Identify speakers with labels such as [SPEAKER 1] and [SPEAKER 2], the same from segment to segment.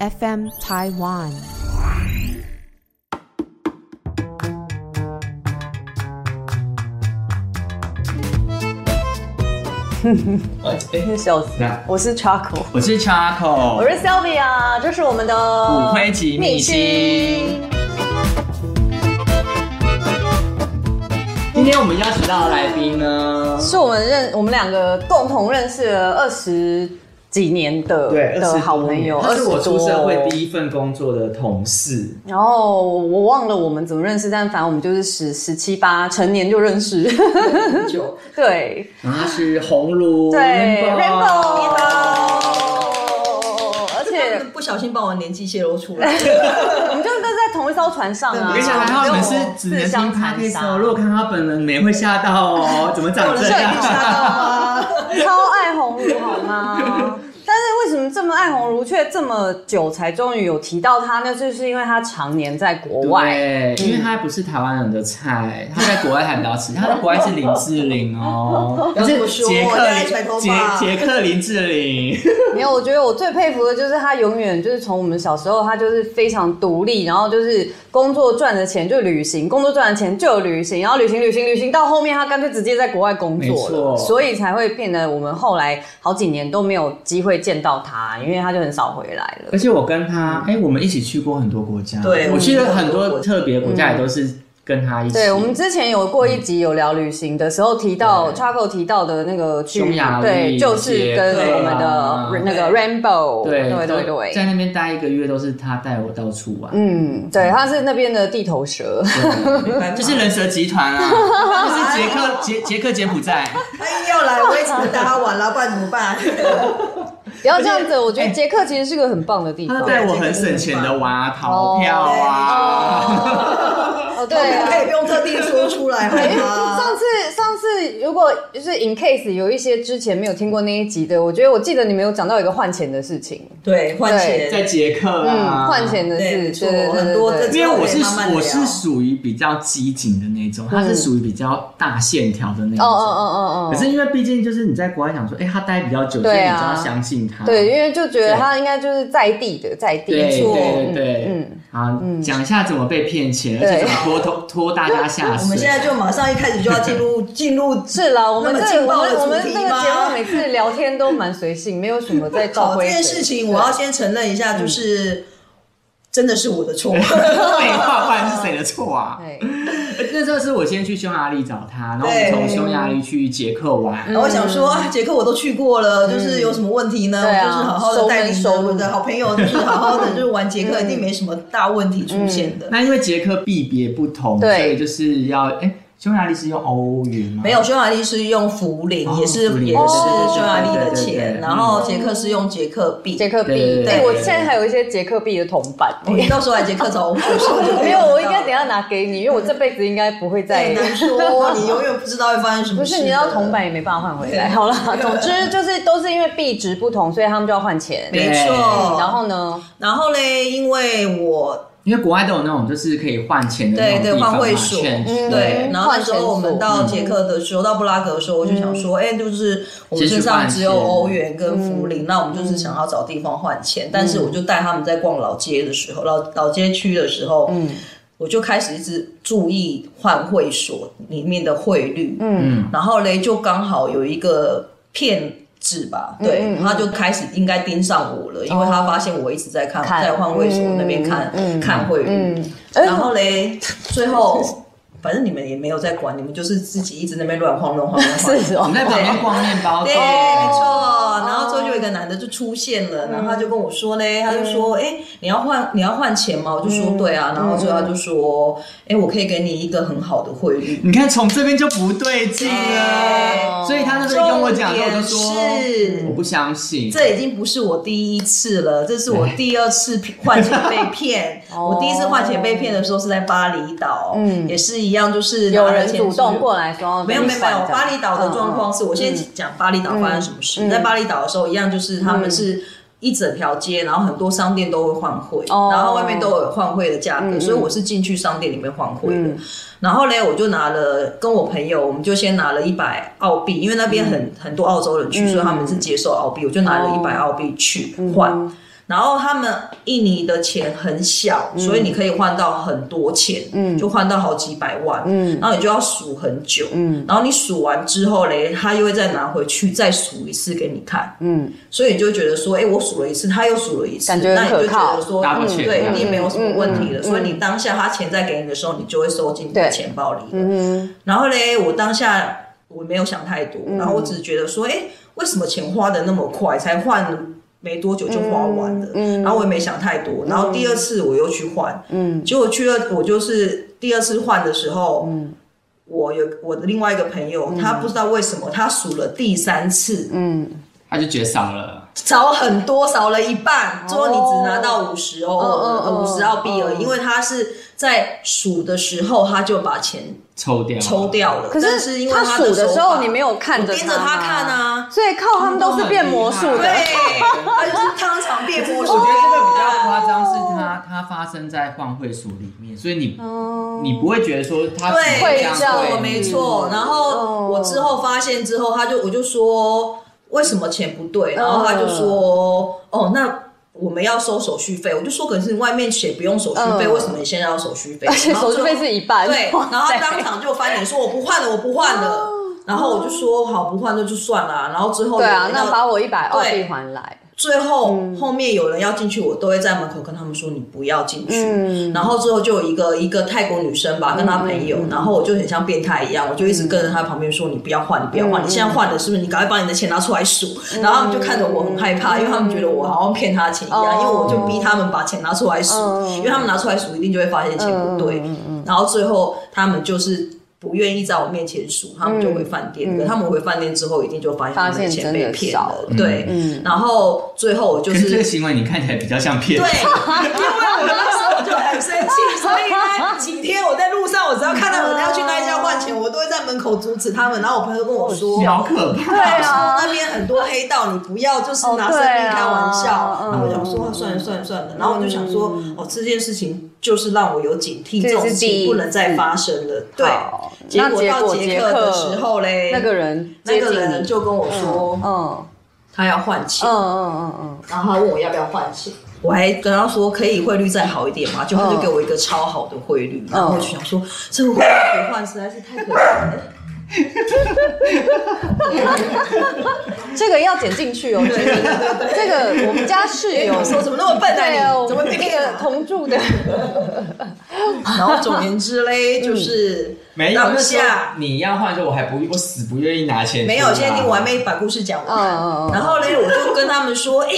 [SPEAKER 1] FM Taiwan。
[SPEAKER 2] 哎哎
[SPEAKER 3] 笑死
[SPEAKER 2] 那！
[SPEAKER 3] 我是 Charco，
[SPEAKER 2] 我是 Charco，
[SPEAKER 3] 我是 Sylvia，这是我们的
[SPEAKER 2] 骨灰级秘辛。今天我们邀请到的来宾呢，
[SPEAKER 3] 是我们认我们两个共同认识了二十几年的
[SPEAKER 2] 对，
[SPEAKER 3] 的好朋友，
[SPEAKER 2] 他是我出
[SPEAKER 3] 20多
[SPEAKER 2] 社会第一份工作的同事，
[SPEAKER 3] 然后我忘了我们怎么认识，但反正我们就是十十七八成年就认识，
[SPEAKER 2] 就
[SPEAKER 3] 对
[SPEAKER 2] 然后他是红炉
[SPEAKER 3] 对
[SPEAKER 2] Rainbow
[SPEAKER 3] 而
[SPEAKER 4] 他
[SPEAKER 3] 且
[SPEAKER 4] 们不小心把我年纪泄露出 来，
[SPEAKER 3] 我们就是都在同一艘船上啊，
[SPEAKER 2] 而且还好，你
[SPEAKER 3] 没有
[SPEAKER 2] 们是只能
[SPEAKER 3] 自
[SPEAKER 2] 听
[SPEAKER 3] 相
[SPEAKER 2] 他
[SPEAKER 3] 残
[SPEAKER 2] 的时
[SPEAKER 3] 杀
[SPEAKER 2] 候，如果看他本人，你们也会吓到哦，怎么长这
[SPEAKER 3] 摄影师
[SPEAKER 2] 样？
[SPEAKER 3] 啊，超爱红炉好吗？但是为什么这么爱红炉，却这么久才终于有提到他？那就是因为他常年在国外，
[SPEAKER 2] 对，因为他不是台湾人的菜，他在国外还比较吃，他在国外是林志玲哦，
[SPEAKER 4] 不要这么说
[SPEAKER 2] 杰
[SPEAKER 4] 我
[SPEAKER 2] 克
[SPEAKER 4] 在甩头
[SPEAKER 2] 林杰
[SPEAKER 4] 发
[SPEAKER 2] 杰克林志玲，
[SPEAKER 3] 没有，我觉得我最佩服的就是他永远就是从我们小时候，他就是非常独立，然后就是工作赚的钱就旅行，工作赚的钱就旅行，然后旅行旅行旅行，到后面他干脆直接在国外工
[SPEAKER 2] 没
[SPEAKER 3] 作
[SPEAKER 2] 错
[SPEAKER 3] 了，所以才会变得我们后来好几年都没有机会见到他，因为他就很少回来了
[SPEAKER 2] 而。且我跟他，哎、我们一起去过很多国家，
[SPEAKER 4] 对
[SPEAKER 2] 我去了很
[SPEAKER 4] 我们去过很多
[SPEAKER 2] 多
[SPEAKER 4] 国家
[SPEAKER 2] 特别国家，也都是跟他一起。
[SPEAKER 3] 对，我们之前有过一集有聊旅行的时候提到 Chaco 提到的那个去
[SPEAKER 2] 匈牙利
[SPEAKER 3] 对，就是跟
[SPEAKER 2] 捷克啊
[SPEAKER 3] 我们的那个
[SPEAKER 4] 对
[SPEAKER 3] Rainbow，
[SPEAKER 2] 对
[SPEAKER 3] 对对
[SPEAKER 2] 都在
[SPEAKER 3] 对，
[SPEAKER 2] 那边待一个月，都是他带我到处玩。
[SPEAKER 3] 嗯，对，他是那边的地头蛇，
[SPEAKER 2] 对
[SPEAKER 4] 白马
[SPEAKER 2] 就是人蛇集团啊，就是捷克捷捷克柬埔寨，
[SPEAKER 4] 他哎硬要来，我也只能带他玩了，不然怎么办？
[SPEAKER 3] 啊不要这样子，我觉得捷克其实是个很棒的地
[SPEAKER 2] 他
[SPEAKER 3] 方
[SPEAKER 2] 都。带我很省钱的玩啊逃票啊，
[SPEAKER 3] 哦，对
[SPEAKER 4] 可以不
[SPEAKER 3] 啊。
[SPEAKER 4] 用特地说出来好
[SPEAKER 3] 哎
[SPEAKER 4] 吗？
[SPEAKER 3] 上次上次如果就是 in case 有一些之前没有听过那一集的，我觉得我记得你们有讲到一个换钱的事情，
[SPEAKER 4] 对，换
[SPEAKER 2] 在
[SPEAKER 4] 钱，
[SPEAKER 2] 捷克啊，
[SPEAKER 3] 嗯，换钱的
[SPEAKER 4] 对
[SPEAKER 3] 事，
[SPEAKER 4] 没错
[SPEAKER 3] 对对对
[SPEAKER 4] 很多
[SPEAKER 3] 对对
[SPEAKER 4] 这
[SPEAKER 2] 因为我是
[SPEAKER 4] 慢慢聊
[SPEAKER 2] 我是属于比较机警的那种，他是属于比较大线条的那
[SPEAKER 3] 嗯哦
[SPEAKER 2] 种。
[SPEAKER 3] 哦哦哦哦，
[SPEAKER 2] 可是因为毕竟就是你在国外想说，哎，他待比较久，所以
[SPEAKER 3] 对
[SPEAKER 2] 你
[SPEAKER 3] 啊
[SPEAKER 2] 就要相信他。
[SPEAKER 3] 对，因为就觉得他应该就是在地的，在地
[SPEAKER 2] 对
[SPEAKER 3] 做
[SPEAKER 2] 对对对，
[SPEAKER 3] 嗯
[SPEAKER 2] 好，讲一下怎么被骗钱，而且
[SPEAKER 3] 对
[SPEAKER 2] 怎么拖拖拖大家下水。
[SPEAKER 4] 我们现在就马上一开始就要进 入进入
[SPEAKER 3] 是啦，我们
[SPEAKER 4] 那么
[SPEAKER 3] 这
[SPEAKER 4] 劲
[SPEAKER 3] 我
[SPEAKER 4] 爆
[SPEAKER 3] 们
[SPEAKER 4] 的
[SPEAKER 3] 我们
[SPEAKER 4] 主
[SPEAKER 3] 这
[SPEAKER 4] 题
[SPEAKER 3] 个节
[SPEAKER 4] 吗
[SPEAKER 3] 目每次聊天都蛮随性，没有什么 在照
[SPEAKER 4] 好
[SPEAKER 3] 规
[SPEAKER 4] 这
[SPEAKER 3] 矩。
[SPEAKER 4] 件事情，我要先承认一下，
[SPEAKER 3] 嗯
[SPEAKER 4] 就是真的是我的 错。
[SPEAKER 2] 废话，不然是谁的错啊？
[SPEAKER 3] 对
[SPEAKER 2] 那时候是我先去匈牙利找他，然后我们从匈牙利去捷克玩。
[SPEAKER 3] 嗯
[SPEAKER 4] 然后我想说，啊，捷克我都去过了，就是有什么问题呢？
[SPEAKER 3] 对啊
[SPEAKER 4] 就是好好的带领着
[SPEAKER 3] 熟门熟路
[SPEAKER 4] 我的好朋友，就是好好的，就是玩捷克，
[SPEAKER 3] 嗯
[SPEAKER 4] 一定没什么大问题出现的。
[SPEAKER 2] 那因为捷克币别不同，所
[SPEAKER 3] 对
[SPEAKER 2] 以就是要哎，匈牙利是用欧元吗？
[SPEAKER 4] 没有，匈牙利是用福林，
[SPEAKER 2] 哦
[SPEAKER 4] 也是
[SPEAKER 2] 福林
[SPEAKER 4] 也是匈牙利的
[SPEAKER 2] 对对对对对嗯
[SPEAKER 4] 钱，然后捷克是用捷克币。
[SPEAKER 3] 捷克
[SPEAKER 2] 对对
[SPEAKER 3] 币，
[SPEAKER 2] 对
[SPEAKER 3] 哎，
[SPEAKER 2] 对
[SPEAKER 3] 我现在还有一些捷克币的铜板。
[SPEAKER 4] 你到时候来捷克 找我们说，就可以
[SPEAKER 3] 没有，我应
[SPEAKER 4] 知
[SPEAKER 3] 该
[SPEAKER 4] 道哎
[SPEAKER 3] 等一下拿给你，因为我这辈子应该不会再
[SPEAKER 4] 很。难说， 你永远不知道会发生什么
[SPEAKER 3] 不
[SPEAKER 4] 事。
[SPEAKER 3] 是，你知道铜板，也没办法换回来。好啦，总之就是都是因为币值不同，所以他们就要换钱。
[SPEAKER 4] 没
[SPEAKER 2] 对
[SPEAKER 4] 错。
[SPEAKER 3] 然后呢？
[SPEAKER 4] 然后嘞，因为我
[SPEAKER 2] 因为国外都有那种就是可以换钱的那
[SPEAKER 4] 对
[SPEAKER 2] 种
[SPEAKER 4] 对
[SPEAKER 2] 地方
[SPEAKER 4] 换
[SPEAKER 2] 嘛
[SPEAKER 4] 汇所，
[SPEAKER 2] 券
[SPEAKER 3] 嗯
[SPEAKER 4] 对，然后那时
[SPEAKER 3] 换钱
[SPEAKER 4] 候我们
[SPEAKER 2] 嗯
[SPEAKER 3] 所
[SPEAKER 4] 到捷克的时候，到布拉格的时候，我就想说，哎，就是我们身上只有欧元跟福林，那我们就是想要找地方换钱。但是我就带他们在逛老街的时候，老老街区的时候，嗯。我就开始一直注意换汇所里面的汇率，嗯，然后嘞就刚好有一个骗子吧，对，他就开始应该盯上我了，因为他发现我一直在看，
[SPEAKER 3] 看
[SPEAKER 4] 在换汇所那边看、
[SPEAKER 3] 嗯嗯
[SPEAKER 4] 看汇率，
[SPEAKER 3] 嗯，
[SPEAKER 4] 然后嘞，最后反正你们也没有在管，你们就是自己一直在那边乱晃乱晃乱 晃。
[SPEAKER 3] 是
[SPEAKER 2] 我
[SPEAKER 3] 哦
[SPEAKER 2] 们，在旁边逛面包
[SPEAKER 4] 对，
[SPEAKER 2] 店，哦
[SPEAKER 4] 没错。然后最后就有一个男的就出现了，然后他就跟我说嘞，他就
[SPEAKER 3] 嗯
[SPEAKER 4] 说，哎，你要换你要换钱吗？我就说对啊。然后最后他就说，哎，我可以给你一个很好的汇率。
[SPEAKER 2] 你看从这边就不对劲了，
[SPEAKER 4] 哎
[SPEAKER 2] 所以他那时候跟我讲的时候，我就
[SPEAKER 4] 重
[SPEAKER 2] 说
[SPEAKER 4] 点是
[SPEAKER 2] 我不相信，
[SPEAKER 4] 哎这已经不是我第一次了，这是我第二次换钱被 骗。
[SPEAKER 3] 哦
[SPEAKER 4] 我第一次换钱被骗的时候是在巴厘岛，嗯，也是一样，就是拿
[SPEAKER 3] 有
[SPEAKER 4] 了
[SPEAKER 3] 人
[SPEAKER 4] 钱
[SPEAKER 3] 主
[SPEAKER 4] 之
[SPEAKER 3] 动
[SPEAKER 4] 后
[SPEAKER 3] 过来说，
[SPEAKER 4] 没有没有没
[SPEAKER 3] 帮
[SPEAKER 4] 有
[SPEAKER 3] 你，算
[SPEAKER 4] 巴厘岛的状况
[SPEAKER 3] 嗯嗯
[SPEAKER 4] 是我先讲巴厘岛发生什么事。在巴厘岛的时候，一样就是他们是一整条街，然后很多商店都会换汇，
[SPEAKER 3] 哦
[SPEAKER 4] 然后外面都有换汇的价格，所以我是进去商店里面换汇的。然后嘞，我就拿了跟我朋友，我们就先拿了一百澳币，嗯哦因为那边很很多澳洲人去，所以他们是接受澳币，我就拿了一百澳币去换。然后他们印尼的钱很小，所以你可以换到很多钱，嗯，就换到好几百万，嗯，然后你就要数很久，嗯，然后你数完之后嘞，他又会再拿回去再数一次给你看，嗯，所以你就觉得说，哎，我数了一次，他又数了一次，
[SPEAKER 3] 感觉
[SPEAKER 4] 那
[SPEAKER 3] 很
[SPEAKER 4] 你就
[SPEAKER 3] 可
[SPEAKER 4] 觉
[SPEAKER 3] 靠
[SPEAKER 4] 得说，
[SPEAKER 2] Double
[SPEAKER 4] 嗯
[SPEAKER 2] check
[SPEAKER 4] 对，
[SPEAKER 2] 嗯
[SPEAKER 4] 一定没有什么问题
[SPEAKER 3] 嗯
[SPEAKER 4] 了，
[SPEAKER 3] 嗯
[SPEAKER 4] 所以你当下他钱再给你的时候，你就会收进你
[SPEAKER 3] 对嗯
[SPEAKER 4] 的钱包里了，然后嘞，我当下我没有想太多，
[SPEAKER 3] 嗯
[SPEAKER 4] 然后我只是觉得说，哎、为什么钱花的那么快，才换没多久就花完了？
[SPEAKER 3] 嗯
[SPEAKER 4] 然后我也没想太多。然后第二次我又去换，嗯，结果去了，我就是第二次换的时候，嗯。我有我的另外一个
[SPEAKER 3] 嗯
[SPEAKER 4] 朋友，他不知道为什么他数了第三次，
[SPEAKER 2] 他就觉得少了，
[SPEAKER 4] 少很多，少了一半，最后你只拿到五十哦，
[SPEAKER 3] 哦嗯嗯嗯
[SPEAKER 4] 五十澳币而
[SPEAKER 3] 嗯
[SPEAKER 4] 已，因为他是在数的时候他就把钱
[SPEAKER 2] 抽掉，
[SPEAKER 4] 抽。掉了。
[SPEAKER 3] 可
[SPEAKER 4] 但
[SPEAKER 3] 是
[SPEAKER 4] 是因为
[SPEAKER 3] 他数的时候
[SPEAKER 4] 手法
[SPEAKER 3] 你没有看着
[SPEAKER 4] 我盯着
[SPEAKER 3] 他
[SPEAKER 4] 他
[SPEAKER 3] 吗
[SPEAKER 4] 看啊。
[SPEAKER 3] 所以靠他们都是变魔术
[SPEAKER 2] 对
[SPEAKER 3] 的。
[SPEAKER 4] 对，他就是当场变魔术。
[SPEAKER 2] 我觉得这个比较夸张，是它
[SPEAKER 4] 哦
[SPEAKER 2] 它发生在换会所里面，所以你、你不会觉得说它
[SPEAKER 4] 对，
[SPEAKER 2] 怎么
[SPEAKER 3] 会
[SPEAKER 2] 这
[SPEAKER 4] 没
[SPEAKER 2] 样
[SPEAKER 3] 这样
[SPEAKER 2] 对
[SPEAKER 4] 错，
[SPEAKER 2] 你
[SPEAKER 4] 没错。然后我之后发现之后，他就我就说为什么钱不
[SPEAKER 3] 嗯
[SPEAKER 4] 对，然后他就说哦那。我们要收手续费，我就说，可是你外面写不用手续费，
[SPEAKER 3] 嗯
[SPEAKER 4] 为什么你现在要手续费？
[SPEAKER 3] 而且
[SPEAKER 4] 然后
[SPEAKER 3] 手续费
[SPEAKER 4] 最后
[SPEAKER 3] 是一半
[SPEAKER 4] 对，
[SPEAKER 3] 哇
[SPEAKER 4] 然后
[SPEAKER 3] 塞哦
[SPEAKER 4] 当场就翻脸说我不换了，我不换了。然后我就说好，不换那就算了。然后之 后
[SPEAKER 3] 对啊，
[SPEAKER 4] 有人要
[SPEAKER 3] 那把我一百澳币
[SPEAKER 4] 对
[SPEAKER 3] 还来。
[SPEAKER 4] 最后、
[SPEAKER 3] 嗯
[SPEAKER 4] 后面有人要进去，我都会在门口跟他们说你不要进去。
[SPEAKER 3] 嗯
[SPEAKER 4] 然后之后就有一个一个泰国女生吧，跟她朋友，然后我就很像变态一样，我就一直跟着她旁边说你不要换，你不要
[SPEAKER 3] 嗯
[SPEAKER 4] 换，你现在换了是不是？你赶快把你的钱拿出来数。然后他们就看着我很害怕，因为他们觉得我好像骗他钱一
[SPEAKER 3] 嗯
[SPEAKER 4] 样，
[SPEAKER 3] 哦
[SPEAKER 4] 因为我就逼他们把钱拿出来数，
[SPEAKER 3] 嗯
[SPEAKER 4] 因为他们拿出来数一定就会发现钱不对。然后最后他们就是。不愿意在我面前数，他们就回饭店。可他们回饭店之后，一定就发现他们的钱被骗
[SPEAKER 3] 嗯发现
[SPEAKER 4] 了。对，
[SPEAKER 3] 嗯
[SPEAKER 4] 然后最后我就
[SPEAKER 2] 可是这
[SPEAKER 4] 是
[SPEAKER 2] 个行为你看起来比较像骗子
[SPEAKER 4] 对，，因为我那时候就很生 气，所以呢几天我在路上，我只要看到有人要去那一家换钱，我都会在门口阻止他们。然后我朋友跟我说
[SPEAKER 3] 哦
[SPEAKER 2] 你。好可怕。
[SPEAKER 3] 对啊
[SPEAKER 4] 那边很多黑道，你不要就是
[SPEAKER 3] 哦
[SPEAKER 4] 拿生命开玩笑。
[SPEAKER 3] 哦对啊
[SPEAKER 4] 然后我想说，算了算了算
[SPEAKER 3] 嗯
[SPEAKER 4] 了。然后我就想说，哦，这件事情就是让我有警惕，
[SPEAKER 3] 这
[SPEAKER 4] 这
[SPEAKER 3] 是
[SPEAKER 4] 种事
[SPEAKER 3] 第一嗯
[SPEAKER 4] 情不能再发生了。对
[SPEAKER 3] 好，
[SPEAKER 4] 结
[SPEAKER 3] 那
[SPEAKER 4] 果
[SPEAKER 3] 结
[SPEAKER 4] 到
[SPEAKER 3] 果
[SPEAKER 4] 捷
[SPEAKER 3] 捷
[SPEAKER 4] 克的
[SPEAKER 3] 克
[SPEAKER 4] 时候嘞，
[SPEAKER 3] 那个人
[SPEAKER 4] 那
[SPEAKER 3] 接
[SPEAKER 4] 个
[SPEAKER 3] 近
[SPEAKER 4] 人
[SPEAKER 3] 你，
[SPEAKER 4] 就跟我说，
[SPEAKER 3] 嗯
[SPEAKER 4] 他要换钱
[SPEAKER 3] 嗯。嗯嗯
[SPEAKER 4] 然后他问我要不要换钱，哦我还跟他说可以汇率再好一点嘛，就他就给我一个超好的汇率，然后我就想说这个汇率不换实在是太可惜了。
[SPEAKER 3] 嗯，这个要剪进去哦。这
[SPEAKER 4] 对
[SPEAKER 3] 个
[SPEAKER 4] 对对对
[SPEAKER 3] 这个我们家室友
[SPEAKER 4] 我说怎么那么笨啊
[SPEAKER 3] 对哦，
[SPEAKER 4] 你？
[SPEAKER 3] 我
[SPEAKER 4] 怎么
[SPEAKER 3] 们
[SPEAKER 4] 会
[SPEAKER 3] 那
[SPEAKER 4] 被
[SPEAKER 3] 个同住 的，
[SPEAKER 4] 然后总而言之嘞，就是
[SPEAKER 2] 没有，
[SPEAKER 4] 当
[SPEAKER 2] 那时候
[SPEAKER 4] 下
[SPEAKER 2] 你要换的时候，我还不，我死不愿意拿钱出来。
[SPEAKER 4] 没有。现在听我还没把故事讲完。
[SPEAKER 3] 嗯嗯嗯
[SPEAKER 4] 然后嘞，我就跟他们说，哎、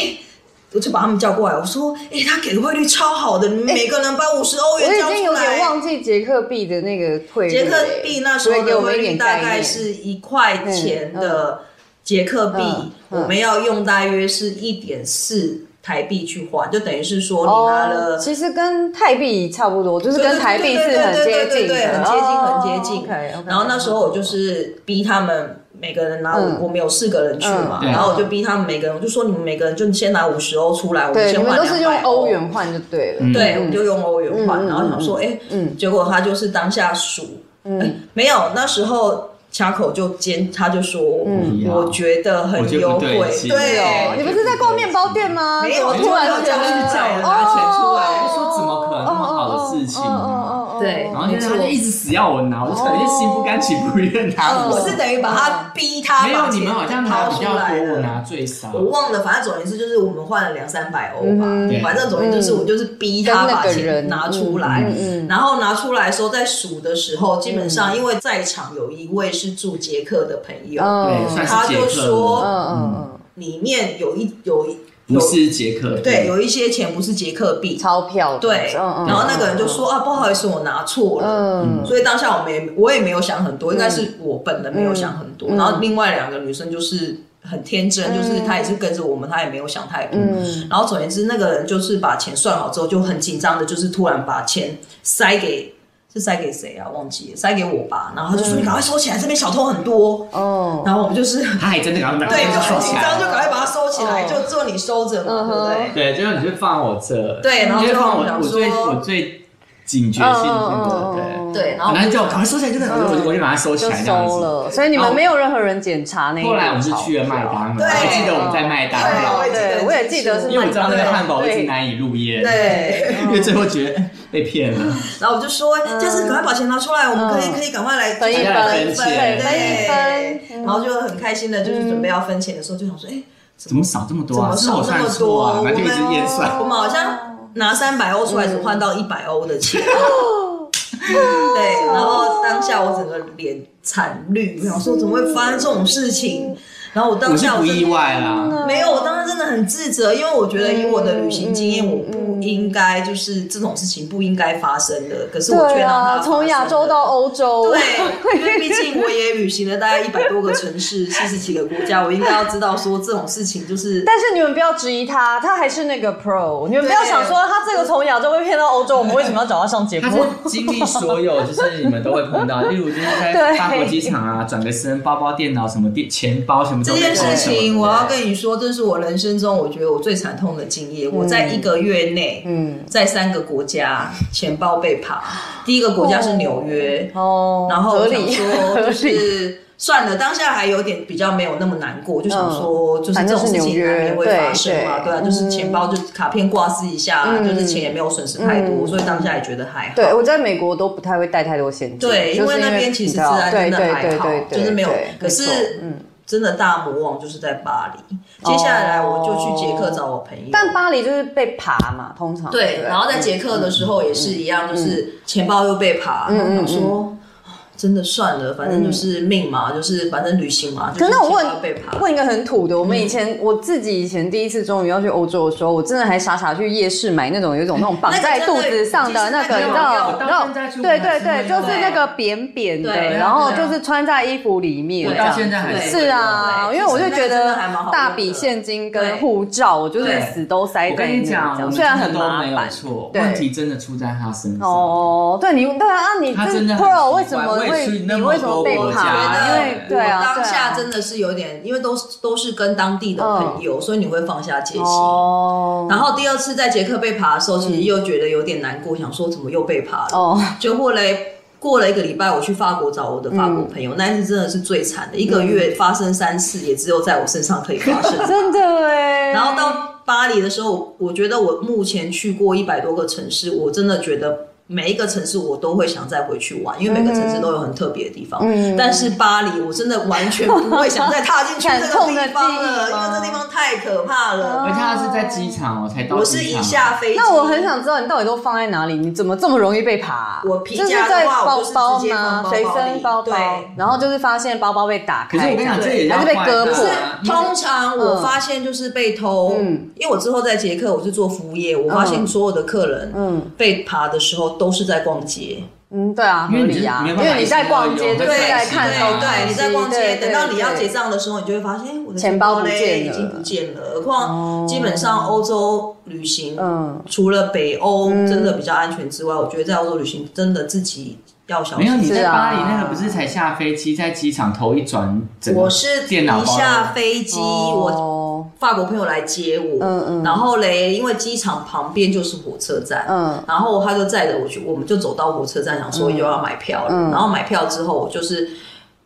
[SPEAKER 4] 我就把他们叫过来，我说，哎、他给的汇率超好的，你们每个人把五十欧
[SPEAKER 3] 我
[SPEAKER 4] 元交
[SPEAKER 3] 已经
[SPEAKER 4] 出
[SPEAKER 3] 有点
[SPEAKER 4] 来。
[SPEAKER 3] 忘记捷克币的那个汇率
[SPEAKER 4] 捷
[SPEAKER 3] 了。
[SPEAKER 4] 克币那时
[SPEAKER 3] 所
[SPEAKER 4] 候
[SPEAKER 3] 以给
[SPEAKER 4] 的
[SPEAKER 3] 我们
[SPEAKER 4] 汇
[SPEAKER 3] 一
[SPEAKER 4] 率
[SPEAKER 3] 点
[SPEAKER 4] 大概
[SPEAKER 3] 念
[SPEAKER 4] 是一块钱的捷克币
[SPEAKER 3] 嗯，嗯
[SPEAKER 4] 我们要用大约是一点四台币去换，就等于是说你拿了。
[SPEAKER 3] 哦其实跟泰币差不多，就是跟台币是很接
[SPEAKER 4] 对对对对
[SPEAKER 3] 近
[SPEAKER 4] 对对
[SPEAKER 3] 的，哦
[SPEAKER 4] 很接近，很接近。
[SPEAKER 3] o
[SPEAKER 4] 然后那时候我就是逼他们每个人拿，
[SPEAKER 3] 嗯
[SPEAKER 4] 我们有四个人去嘛，
[SPEAKER 2] 嗯
[SPEAKER 4] 然后我就逼他们每个人，我就说你们每个人就先拿五十欧出来，我们
[SPEAKER 3] 对，
[SPEAKER 4] 先
[SPEAKER 3] 你们
[SPEAKER 4] 换
[SPEAKER 3] 都是用
[SPEAKER 4] 200
[SPEAKER 3] 欧元换就对了。
[SPEAKER 2] 嗯
[SPEAKER 4] 对，我们就用欧元
[SPEAKER 3] 嗯
[SPEAKER 4] 换，然后想说，哎、结果他就是当下数，嗯，没有，那时候卡口就尖，他就说，
[SPEAKER 2] 嗯
[SPEAKER 4] 我觉得
[SPEAKER 2] 我
[SPEAKER 4] 很
[SPEAKER 2] 觉得
[SPEAKER 4] 优
[SPEAKER 2] 不
[SPEAKER 4] 惠，
[SPEAKER 2] 对
[SPEAKER 4] 对
[SPEAKER 2] 其实
[SPEAKER 3] 哦你不是在逛面包店吗？
[SPEAKER 4] 没有
[SPEAKER 3] 我
[SPEAKER 4] 我
[SPEAKER 3] 突然觉
[SPEAKER 4] 就
[SPEAKER 3] 得哦
[SPEAKER 4] 是
[SPEAKER 2] 去找人拿钱出来，我说怎么可能那么好的事情
[SPEAKER 3] 哦
[SPEAKER 2] 啊？
[SPEAKER 4] 对
[SPEAKER 3] 嗯
[SPEAKER 2] 然后就
[SPEAKER 4] 没
[SPEAKER 2] 是
[SPEAKER 4] 错
[SPEAKER 2] 他就一直死要我拿，我就肯定心不甘情不愿拿。
[SPEAKER 3] 嗯
[SPEAKER 4] 我哦是等于把他逼他
[SPEAKER 2] 没
[SPEAKER 4] 把
[SPEAKER 2] 有，
[SPEAKER 4] 钱
[SPEAKER 2] 你们好像拿
[SPEAKER 4] 掏
[SPEAKER 2] 比
[SPEAKER 4] 出
[SPEAKER 2] 较
[SPEAKER 4] 来
[SPEAKER 2] 多，我
[SPEAKER 4] 了
[SPEAKER 2] 拿最少。
[SPEAKER 4] 我忘了，反正总而言之就是我们换了两三百欧
[SPEAKER 3] 嗯
[SPEAKER 4] 吧，
[SPEAKER 2] 对
[SPEAKER 4] 反正总而言之就是我就是逼他把钱拿出来，
[SPEAKER 3] 跟那个人嗯嗯嗯
[SPEAKER 4] 然后拿出来的时候在数的时候，基本上因为在场有一位是住捷克的朋友，
[SPEAKER 3] 嗯
[SPEAKER 2] 对，算
[SPEAKER 4] 他
[SPEAKER 2] 是捷
[SPEAKER 4] 就
[SPEAKER 2] 克
[SPEAKER 4] 说
[SPEAKER 2] 的，
[SPEAKER 3] 嗯嗯
[SPEAKER 4] 里面有一有一
[SPEAKER 2] 不
[SPEAKER 4] 有
[SPEAKER 2] 是捷克的，
[SPEAKER 4] 对有一些钱不是捷克币
[SPEAKER 3] 嗯，，钞票
[SPEAKER 4] 对，然后那个人就，说啊不好意思我拿错了，
[SPEAKER 3] 嗯
[SPEAKER 4] 所以当下我们也我也没有想很多，应该是我本人没有想很
[SPEAKER 3] 嗯
[SPEAKER 4] 多，然后另外两个女生就是。很天真，就是她也是跟着我们，她也没有想太多。
[SPEAKER 3] 嗯
[SPEAKER 4] 然后总而言之，那个人就是把钱算好之后就很紧张的，就是突然把钱塞给是塞给谁啊？忘记了塞给我吧。然后他就说：“你赶快收起来，这边小偷很多。
[SPEAKER 3] 嗯哦，嗯
[SPEAKER 4] 然后我们就是
[SPEAKER 2] 他还真的赶快拿
[SPEAKER 4] 对，就很
[SPEAKER 2] 收起
[SPEAKER 4] 紧张，就
[SPEAKER 2] 来。
[SPEAKER 4] 赶快把它收起来，
[SPEAKER 3] 哦
[SPEAKER 4] 就就你收着嘛，
[SPEAKER 3] 嗯哼
[SPEAKER 4] 对不对？
[SPEAKER 2] 对，最后你就放我这，
[SPEAKER 4] 对然后
[SPEAKER 2] 你就放我
[SPEAKER 4] 最后我想
[SPEAKER 2] 我最
[SPEAKER 4] 说嗯
[SPEAKER 2] 我最警觉性那个，对。
[SPEAKER 4] 对，然后嗯
[SPEAKER 2] 本来就赶快收起来，就在我就我就把它收起
[SPEAKER 3] 就
[SPEAKER 2] 来这样
[SPEAKER 3] 收
[SPEAKER 2] 子。
[SPEAKER 3] 了，所以你们没有任何人检查那一
[SPEAKER 2] 后来我们是
[SPEAKER 3] 套
[SPEAKER 2] 去了麦当劳，
[SPEAKER 4] 对
[SPEAKER 2] 我还记得我们在麦当劳
[SPEAKER 4] 对，
[SPEAKER 3] 对，我也记得是
[SPEAKER 2] 因为我
[SPEAKER 3] 麦
[SPEAKER 2] 知道那
[SPEAKER 3] 当
[SPEAKER 2] 个
[SPEAKER 3] 劳，
[SPEAKER 2] 汉堡会
[SPEAKER 3] 对
[SPEAKER 2] 是难以入夜，，
[SPEAKER 4] 对， 哦
[SPEAKER 2] 因为最后觉得哎被骗了，
[SPEAKER 4] 然后我就说，下次赶快把钱拿出来，我们可以
[SPEAKER 3] 嗯
[SPEAKER 4] 可以赶快来
[SPEAKER 3] 分一
[SPEAKER 4] 就是
[SPEAKER 2] 分
[SPEAKER 4] 分
[SPEAKER 2] 分钱
[SPEAKER 3] 对分一嗯
[SPEAKER 4] 对，然后就很开心的，就是准备要分钱的时候，就想说，哎，
[SPEAKER 2] 怎么少这么多
[SPEAKER 4] 怎
[SPEAKER 2] 啊？
[SPEAKER 4] 么
[SPEAKER 2] 是我
[SPEAKER 4] 少那
[SPEAKER 2] 算
[SPEAKER 4] 么
[SPEAKER 2] 错
[SPEAKER 4] 多？
[SPEAKER 2] 啊，
[SPEAKER 4] 我
[SPEAKER 2] 那
[SPEAKER 4] 们
[SPEAKER 2] 就一直验
[SPEAKER 4] 我
[SPEAKER 2] 算。
[SPEAKER 4] 们好像拿三百欧出来，只换到一百欧的钱。
[SPEAKER 3] 嗯
[SPEAKER 4] 对，然后当下我整个脸惨绿，我想说怎么会发生这种事情？然后我当
[SPEAKER 2] 我是
[SPEAKER 4] 下我
[SPEAKER 2] 不
[SPEAKER 4] 真的
[SPEAKER 2] 意外啦，
[SPEAKER 4] 没有，我当时真的很自责，因为我觉得以我的旅行经
[SPEAKER 3] 嗯
[SPEAKER 4] 验，我不应该就是这种事情不应该发生的。可是我却
[SPEAKER 3] 对
[SPEAKER 4] 让它发
[SPEAKER 3] 啊，
[SPEAKER 4] 生
[SPEAKER 3] 从亚洲到欧洲，
[SPEAKER 4] 对，因为毕竟我也旅行了大概一百多个城市，四十几个国家，我应该要知道说这种事情就是
[SPEAKER 3] 但是你们不要质疑他，他还是那个 pro。你们不要想说他这个从亚洲被骗到欧洲，我们为什么要找他上节
[SPEAKER 2] 他
[SPEAKER 3] 目？
[SPEAKER 2] 是经历所有，就是你们都会碰 到，例如就是在
[SPEAKER 3] 对
[SPEAKER 2] 法国机场啊，转个身，包包、电脑、什么电、钱包什么都
[SPEAKER 4] 这
[SPEAKER 2] 被
[SPEAKER 4] 件
[SPEAKER 2] 偷
[SPEAKER 4] 事
[SPEAKER 2] 走
[SPEAKER 4] 情，
[SPEAKER 2] 了
[SPEAKER 4] 我要跟你说，这是我人生中我觉得我最惨痛的经验。我在一个月内，嗯，在三个 国家钱包被扒。第一个国家是纽约，
[SPEAKER 3] 哦，
[SPEAKER 4] 然后
[SPEAKER 3] 合
[SPEAKER 4] 我想
[SPEAKER 3] 理，
[SPEAKER 4] 说
[SPEAKER 3] 合
[SPEAKER 4] 就
[SPEAKER 3] 理。
[SPEAKER 4] 是算了，当下还有点比较没有那么难过，就想
[SPEAKER 3] 嗯
[SPEAKER 4] 说就是这种事情难免会发生嘛，
[SPEAKER 3] 反正是纽约对
[SPEAKER 4] 对啊，就是钱包就卡片挂失一下，
[SPEAKER 3] 嗯
[SPEAKER 4] 就是钱也没有损失太多，所以当下也觉得还好。
[SPEAKER 3] 对，我在美国都不太会带太多现金，
[SPEAKER 4] 对，
[SPEAKER 3] 就
[SPEAKER 4] 因
[SPEAKER 3] 是
[SPEAKER 4] 为
[SPEAKER 3] 因
[SPEAKER 4] 那边其实治安
[SPEAKER 3] 对
[SPEAKER 4] 真的
[SPEAKER 3] 对
[SPEAKER 4] 还
[SPEAKER 3] 对
[SPEAKER 4] 好
[SPEAKER 3] 对，，对
[SPEAKER 4] 就是没有
[SPEAKER 3] 对。
[SPEAKER 4] 可是
[SPEAKER 3] 没错嗯，
[SPEAKER 4] 真的大魔王就是在巴黎。接下来我就去捷克找我朋友，
[SPEAKER 3] 但巴黎就是被爬嘛，通常
[SPEAKER 4] 对，然
[SPEAKER 3] 嗯
[SPEAKER 4] 后在捷克的时候也是一样，就是钱包又被扒，然后
[SPEAKER 3] 嗯
[SPEAKER 4] 想说。啊真的算了，反正就是命嘛，就是反正旅行嘛。
[SPEAKER 3] 嗯可是那我
[SPEAKER 4] 就是钱包被
[SPEAKER 3] 问
[SPEAKER 4] 扒，
[SPEAKER 3] 问一个很土的，我们以前、我自己以前第一次终于要去欧洲的时候，我真的还傻傻去夜市买那种有一种那种绑在肚子上的那个，你知
[SPEAKER 4] 那个真
[SPEAKER 3] 道
[SPEAKER 4] 的？
[SPEAKER 3] 你知
[SPEAKER 2] 我
[SPEAKER 3] 道
[SPEAKER 2] 到现在去？我还
[SPEAKER 3] 对对
[SPEAKER 2] 是
[SPEAKER 3] 对，
[SPEAKER 2] 会
[SPEAKER 3] 就是
[SPEAKER 4] 用
[SPEAKER 3] 那个扁扁的，
[SPEAKER 4] 对
[SPEAKER 3] 然后
[SPEAKER 4] 对啊
[SPEAKER 3] 就是穿在衣服里面
[SPEAKER 2] 我
[SPEAKER 3] 这
[SPEAKER 2] 到
[SPEAKER 3] 样。
[SPEAKER 2] 现在还
[SPEAKER 4] 对
[SPEAKER 3] 是啊，
[SPEAKER 4] 对
[SPEAKER 3] 因为我就觉
[SPEAKER 4] 其实那个真的
[SPEAKER 3] 得
[SPEAKER 4] 还蛮好用的
[SPEAKER 3] 大笔现金跟
[SPEAKER 4] 对
[SPEAKER 3] 护照，我就是
[SPEAKER 4] 对
[SPEAKER 3] 死都塞
[SPEAKER 2] 我
[SPEAKER 3] 在
[SPEAKER 2] 跟
[SPEAKER 3] 里
[SPEAKER 2] 你
[SPEAKER 3] 面这
[SPEAKER 2] 讲，我
[SPEAKER 3] 样，
[SPEAKER 2] 们
[SPEAKER 3] 虽然
[SPEAKER 2] 真
[SPEAKER 3] 很
[SPEAKER 2] 的都
[SPEAKER 3] 麻
[SPEAKER 2] 没有
[SPEAKER 3] 烦。
[SPEAKER 2] 错，
[SPEAKER 3] 对
[SPEAKER 2] 问题真的出在他身上。
[SPEAKER 3] 哦，对你对啊，你
[SPEAKER 2] 他真的很
[SPEAKER 3] 这 pro
[SPEAKER 2] 奇怪
[SPEAKER 3] 为什么
[SPEAKER 2] 我也
[SPEAKER 3] 会
[SPEAKER 2] 去那
[SPEAKER 3] 你
[SPEAKER 2] 么
[SPEAKER 3] 为什么
[SPEAKER 2] 多
[SPEAKER 3] 被
[SPEAKER 2] 国
[SPEAKER 3] 爬？
[SPEAKER 2] 家
[SPEAKER 3] 因为对啊，
[SPEAKER 4] 我当
[SPEAKER 3] 对啊嗯
[SPEAKER 4] 下真的是有点，因为都是都是跟当地的朋友，所以你会放下戒心。
[SPEAKER 3] 哦，
[SPEAKER 4] 然后第二次在捷克被爬的时候，其实又觉得有点难过，想说怎么又被爬了。
[SPEAKER 3] 嗯哦，
[SPEAKER 4] 就后来过了一个礼拜，我去法国找我的法国
[SPEAKER 3] 嗯
[SPEAKER 4] 朋友，那一次真的是最惨的，一个月发生三次，也只有在我身上可以发生。
[SPEAKER 3] 真的哎。
[SPEAKER 4] 然后到巴黎的时候，我觉得我目前去过一百多个城市，我真的觉得。每一个城市我都会想再回去玩，因为每个城
[SPEAKER 3] 嗯
[SPEAKER 4] 市都有很特别的地方。但是巴黎，我真的完全不会想再踏进去这
[SPEAKER 3] 惨
[SPEAKER 4] 个
[SPEAKER 3] 痛的
[SPEAKER 4] 地方了，
[SPEAKER 3] 记忆
[SPEAKER 4] 因
[SPEAKER 3] 吗
[SPEAKER 4] 为这地方太可怕
[SPEAKER 2] 而
[SPEAKER 4] 了。
[SPEAKER 2] 且他是在机场哦，才到
[SPEAKER 4] 我是
[SPEAKER 2] 机
[SPEAKER 4] 一
[SPEAKER 2] 场。
[SPEAKER 4] 下飞机，
[SPEAKER 3] 那我很想知道你到底都放在哪里？你怎么这么容易被爬啊？
[SPEAKER 4] 我皮夹
[SPEAKER 3] 就是
[SPEAKER 4] 的话
[SPEAKER 3] 在包
[SPEAKER 4] 我就是
[SPEAKER 3] 包
[SPEAKER 4] 直接放
[SPEAKER 3] 吗？
[SPEAKER 4] 包包
[SPEAKER 3] 随
[SPEAKER 4] 里
[SPEAKER 3] 身包包
[SPEAKER 4] 对，
[SPEAKER 3] 然后就是发现包包被打
[SPEAKER 2] 可是
[SPEAKER 3] 开，
[SPEAKER 2] 我跟你讲，这也要
[SPEAKER 3] 啊还是被割破
[SPEAKER 2] 破
[SPEAKER 4] 是。通常我发现就是被偷，
[SPEAKER 3] 嗯
[SPEAKER 4] 因为我之后在捷克我是做服务业，我发现所有的客人，
[SPEAKER 3] 嗯
[SPEAKER 4] 被爬的时候都是在逛街，
[SPEAKER 3] 嗯，对啊，合
[SPEAKER 2] 因为你
[SPEAKER 3] 理啊，
[SPEAKER 2] 没
[SPEAKER 3] 因
[SPEAKER 2] 办法
[SPEAKER 3] 为你在逛街
[SPEAKER 2] 一直
[SPEAKER 3] 就是
[SPEAKER 2] 都有
[SPEAKER 4] 对，
[SPEAKER 3] 在看
[SPEAKER 4] 对
[SPEAKER 3] 手机，
[SPEAKER 4] 对，你在逛街，
[SPEAKER 3] 对
[SPEAKER 4] 等到你要结。
[SPEAKER 3] 对对
[SPEAKER 4] 账的时候，你就会发现，哎，我的
[SPEAKER 3] 钱包不
[SPEAKER 4] 嘞
[SPEAKER 3] 见
[SPEAKER 4] 已
[SPEAKER 3] 了哦
[SPEAKER 4] 经不见了。何况基本上欧洲旅行，
[SPEAKER 3] 嗯
[SPEAKER 4] 除了北欧真的比较安全之外，我觉得在欧洲旅行真的自己要小
[SPEAKER 2] 没有，你
[SPEAKER 4] 心。
[SPEAKER 2] 在巴黎
[SPEAKER 3] 是啊
[SPEAKER 2] 那个不是才下飞机，在机场头一转，整个
[SPEAKER 4] 我是
[SPEAKER 2] 电脑
[SPEAKER 4] 一
[SPEAKER 2] 包
[SPEAKER 4] 下飞机，我
[SPEAKER 3] 哦
[SPEAKER 4] 法国朋友来接我，
[SPEAKER 3] 嗯嗯
[SPEAKER 4] 然后嘞，因为机场旁边就是火车站，
[SPEAKER 3] 嗯
[SPEAKER 4] 然后他就载着我去，我们就走到火车站，想说又要买票了，
[SPEAKER 3] 嗯
[SPEAKER 4] 然后买票之后，我就是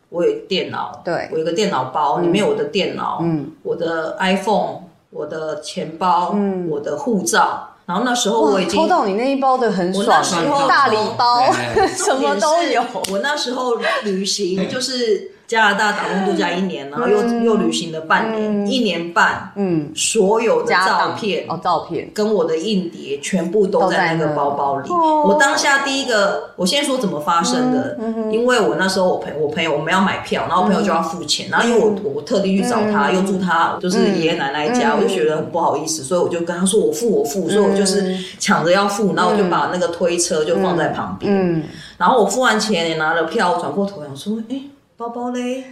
[SPEAKER 4] 我有电脑，
[SPEAKER 3] 对
[SPEAKER 4] 我有个电脑包，里面有我的电脑，
[SPEAKER 3] 嗯
[SPEAKER 4] 我的 iPhone，我的钱包，
[SPEAKER 3] 嗯
[SPEAKER 4] 我的护照，然后那时候
[SPEAKER 3] 哇
[SPEAKER 4] 我已经
[SPEAKER 3] 抽到你那一包的很
[SPEAKER 4] 我
[SPEAKER 3] 爽
[SPEAKER 4] 那时候，
[SPEAKER 3] 大礼包
[SPEAKER 2] 对
[SPEAKER 3] 什么都有。嗯
[SPEAKER 4] 我那时候旅行就是加拿大打工度假一年，然后又、又旅行了半年，一年半，
[SPEAKER 3] 嗯，
[SPEAKER 4] 所有的
[SPEAKER 3] 家
[SPEAKER 4] 照
[SPEAKER 3] 当
[SPEAKER 4] 片
[SPEAKER 3] 哦，照片，
[SPEAKER 4] 跟我的硬碟全部都在那个包包里。
[SPEAKER 3] 都在那哦嗯
[SPEAKER 4] 我当下第一个，我先说怎么发生的，因为我那时候我朋我朋友我们要买票，然后我朋友就要付钱，
[SPEAKER 3] 嗯
[SPEAKER 4] 然后因为我我特地去找他，又住他就是爷爷奶奶
[SPEAKER 3] 嗯
[SPEAKER 4] 家，我就觉得很不好意思，所以我就跟他说我付我付，所以我就是抢着要付，然后我就把那个推车就放在旁边，
[SPEAKER 3] 嗯，
[SPEAKER 4] 然后我付完钱也拿了票，我转过头想说，哎、包包嘞，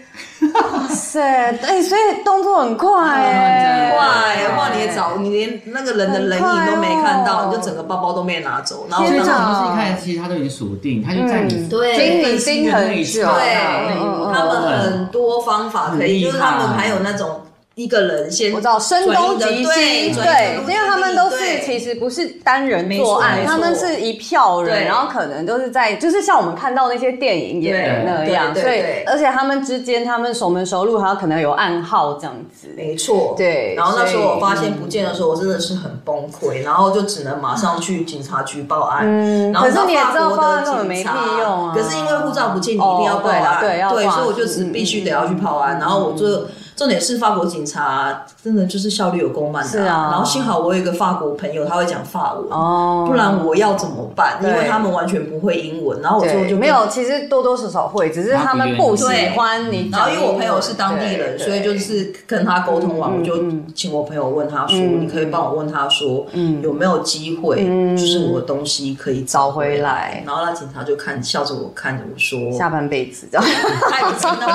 [SPEAKER 3] 哇塞，哎，所以动作很快
[SPEAKER 2] 嗯
[SPEAKER 3] 哎，哦
[SPEAKER 2] 很
[SPEAKER 4] 快，要不然你也找你连那个人的人影都没看到，你就整个包包都被拿走，然后
[SPEAKER 2] 所以
[SPEAKER 3] 天
[SPEAKER 2] 这种
[SPEAKER 4] 当时
[SPEAKER 3] 哪
[SPEAKER 2] 东西看，其实他都已经锁定，他就在你
[SPEAKER 3] 嗯
[SPEAKER 4] 对
[SPEAKER 2] 最
[SPEAKER 3] 盯你
[SPEAKER 2] 分析的
[SPEAKER 3] 盯很
[SPEAKER 4] 啊
[SPEAKER 2] 那一
[SPEAKER 3] 久
[SPEAKER 2] 刹那
[SPEAKER 4] 对
[SPEAKER 2] 那一
[SPEAKER 3] 嗯嗯
[SPEAKER 2] 幕
[SPEAKER 3] 嗯
[SPEAKER 4] 他们很多方法可以，
[SPEAKER 2] 很厉害
[SPEAKER 4] 就是他们还有那种。一个人先
[SPEAKER 3] 我知道声东击西，
[SPEAKER 4] 对，
[SPEAKER 3] 对，因
[SPEAKER 4] 转移
[SPEAKER 3] 为他们都是
[SPEAKER 4] 对
[SPEAKER 3] 其实不是单人
[SPEAKER 4] 没
[SPEAKER 3] 作
[SPEAKER 4] 错
[SPEAKER 3] 案，
[SPEAKER 4] 没
[SPEAKER 3] 他
[SPEAKER 4] 错
[SPEAKER 3] 们是一票人，
[SPEAKER 4] 对
[SPEAKER 3] 然后可能都是在，就是像我们看到那些电影也
[SPEAKER 4] 对
[SPEAKER 3] 那样，
[SPEAKER 4] 对
[SPEAKER 3] 所
[SPEAKER 4] 对
[SPEAKER 3] 以
[SPEAKER 4] 对
[SPEAKER 3] 而且他们之间，他们熟门熟路，还有可能有暗号这样子。
[SPEAKER 4] 没错，
[SPEAKER 3] 对
[SPEAKER 4] 然后那时
[SPEAKER 3] 所以
[SPEAKER 4] 候我发现不见的时候，我真的是很崩溃，然后就只能马上去警察局报案。嗯然后
[SPEAKER 3] 可是你也知道
[SPEAKER 4] 法国的
[SPEAKER 3] 报案根本
[SPEAKER 4] 警
[SPEAKER 3] 没
[SPEAKER 4] 察
[SPEAKER 3] 屁用啊
[SPEAKER 4] 可是因为护照不见，你一定要报
[SPEAKER 3] 哦
[SPEAKER 4] 案，
[SPEAKER 3] 对啦对要报嗯
[SPEAKER 4] 所以我就是必须得要去报案。然后我就重点是法国警察真的就是效率有够慢
[SPEAKER 3] 是
[SPEAKER 4] 的、
[SPEAKER 3] 啊
[SPEAKER 4] 然后幸好我有一个法国朋友，他会讲法文，
[SPEAKER 3] 哦
[SPEAKER 4] 不然我要怎么办？因为
[SPEAKER 3] 对
[SPEAKER 4] 他们完全不会英文，然后我就
[SPEAKER 3] 哦对，
[SPEAKER 4] 就
[SPEAKER 3] 没有，其实多多少少会，只是他们不喜欢你
[SPEAKER 4] 然后
[SPEAKER 3] 讲英文。
[SPEAKER 4] 因为我朋友是当地
[SPEAKER 3] 对嗯
[SPEAKER 4] 人，所以就是跟他沟通完，我就请我朋友问他说：“你可以帮我问他说，
[SPEAKER 3] 嗯
[SPEAKER 4] 有没有机会，就是我的东西可以
[SPEAKER 3] 找
[SPEAKER 4] 找
[SPEAKER 3] 回
[SPEAKER 4] 回
[SPEAKER 3] 来
[SPEAKER 4] 来？”然后那警察就看笑着我看着我说：“
[SPEAKER 3] 下半辈子这 样。
[SPEAKER 4] 他已经到，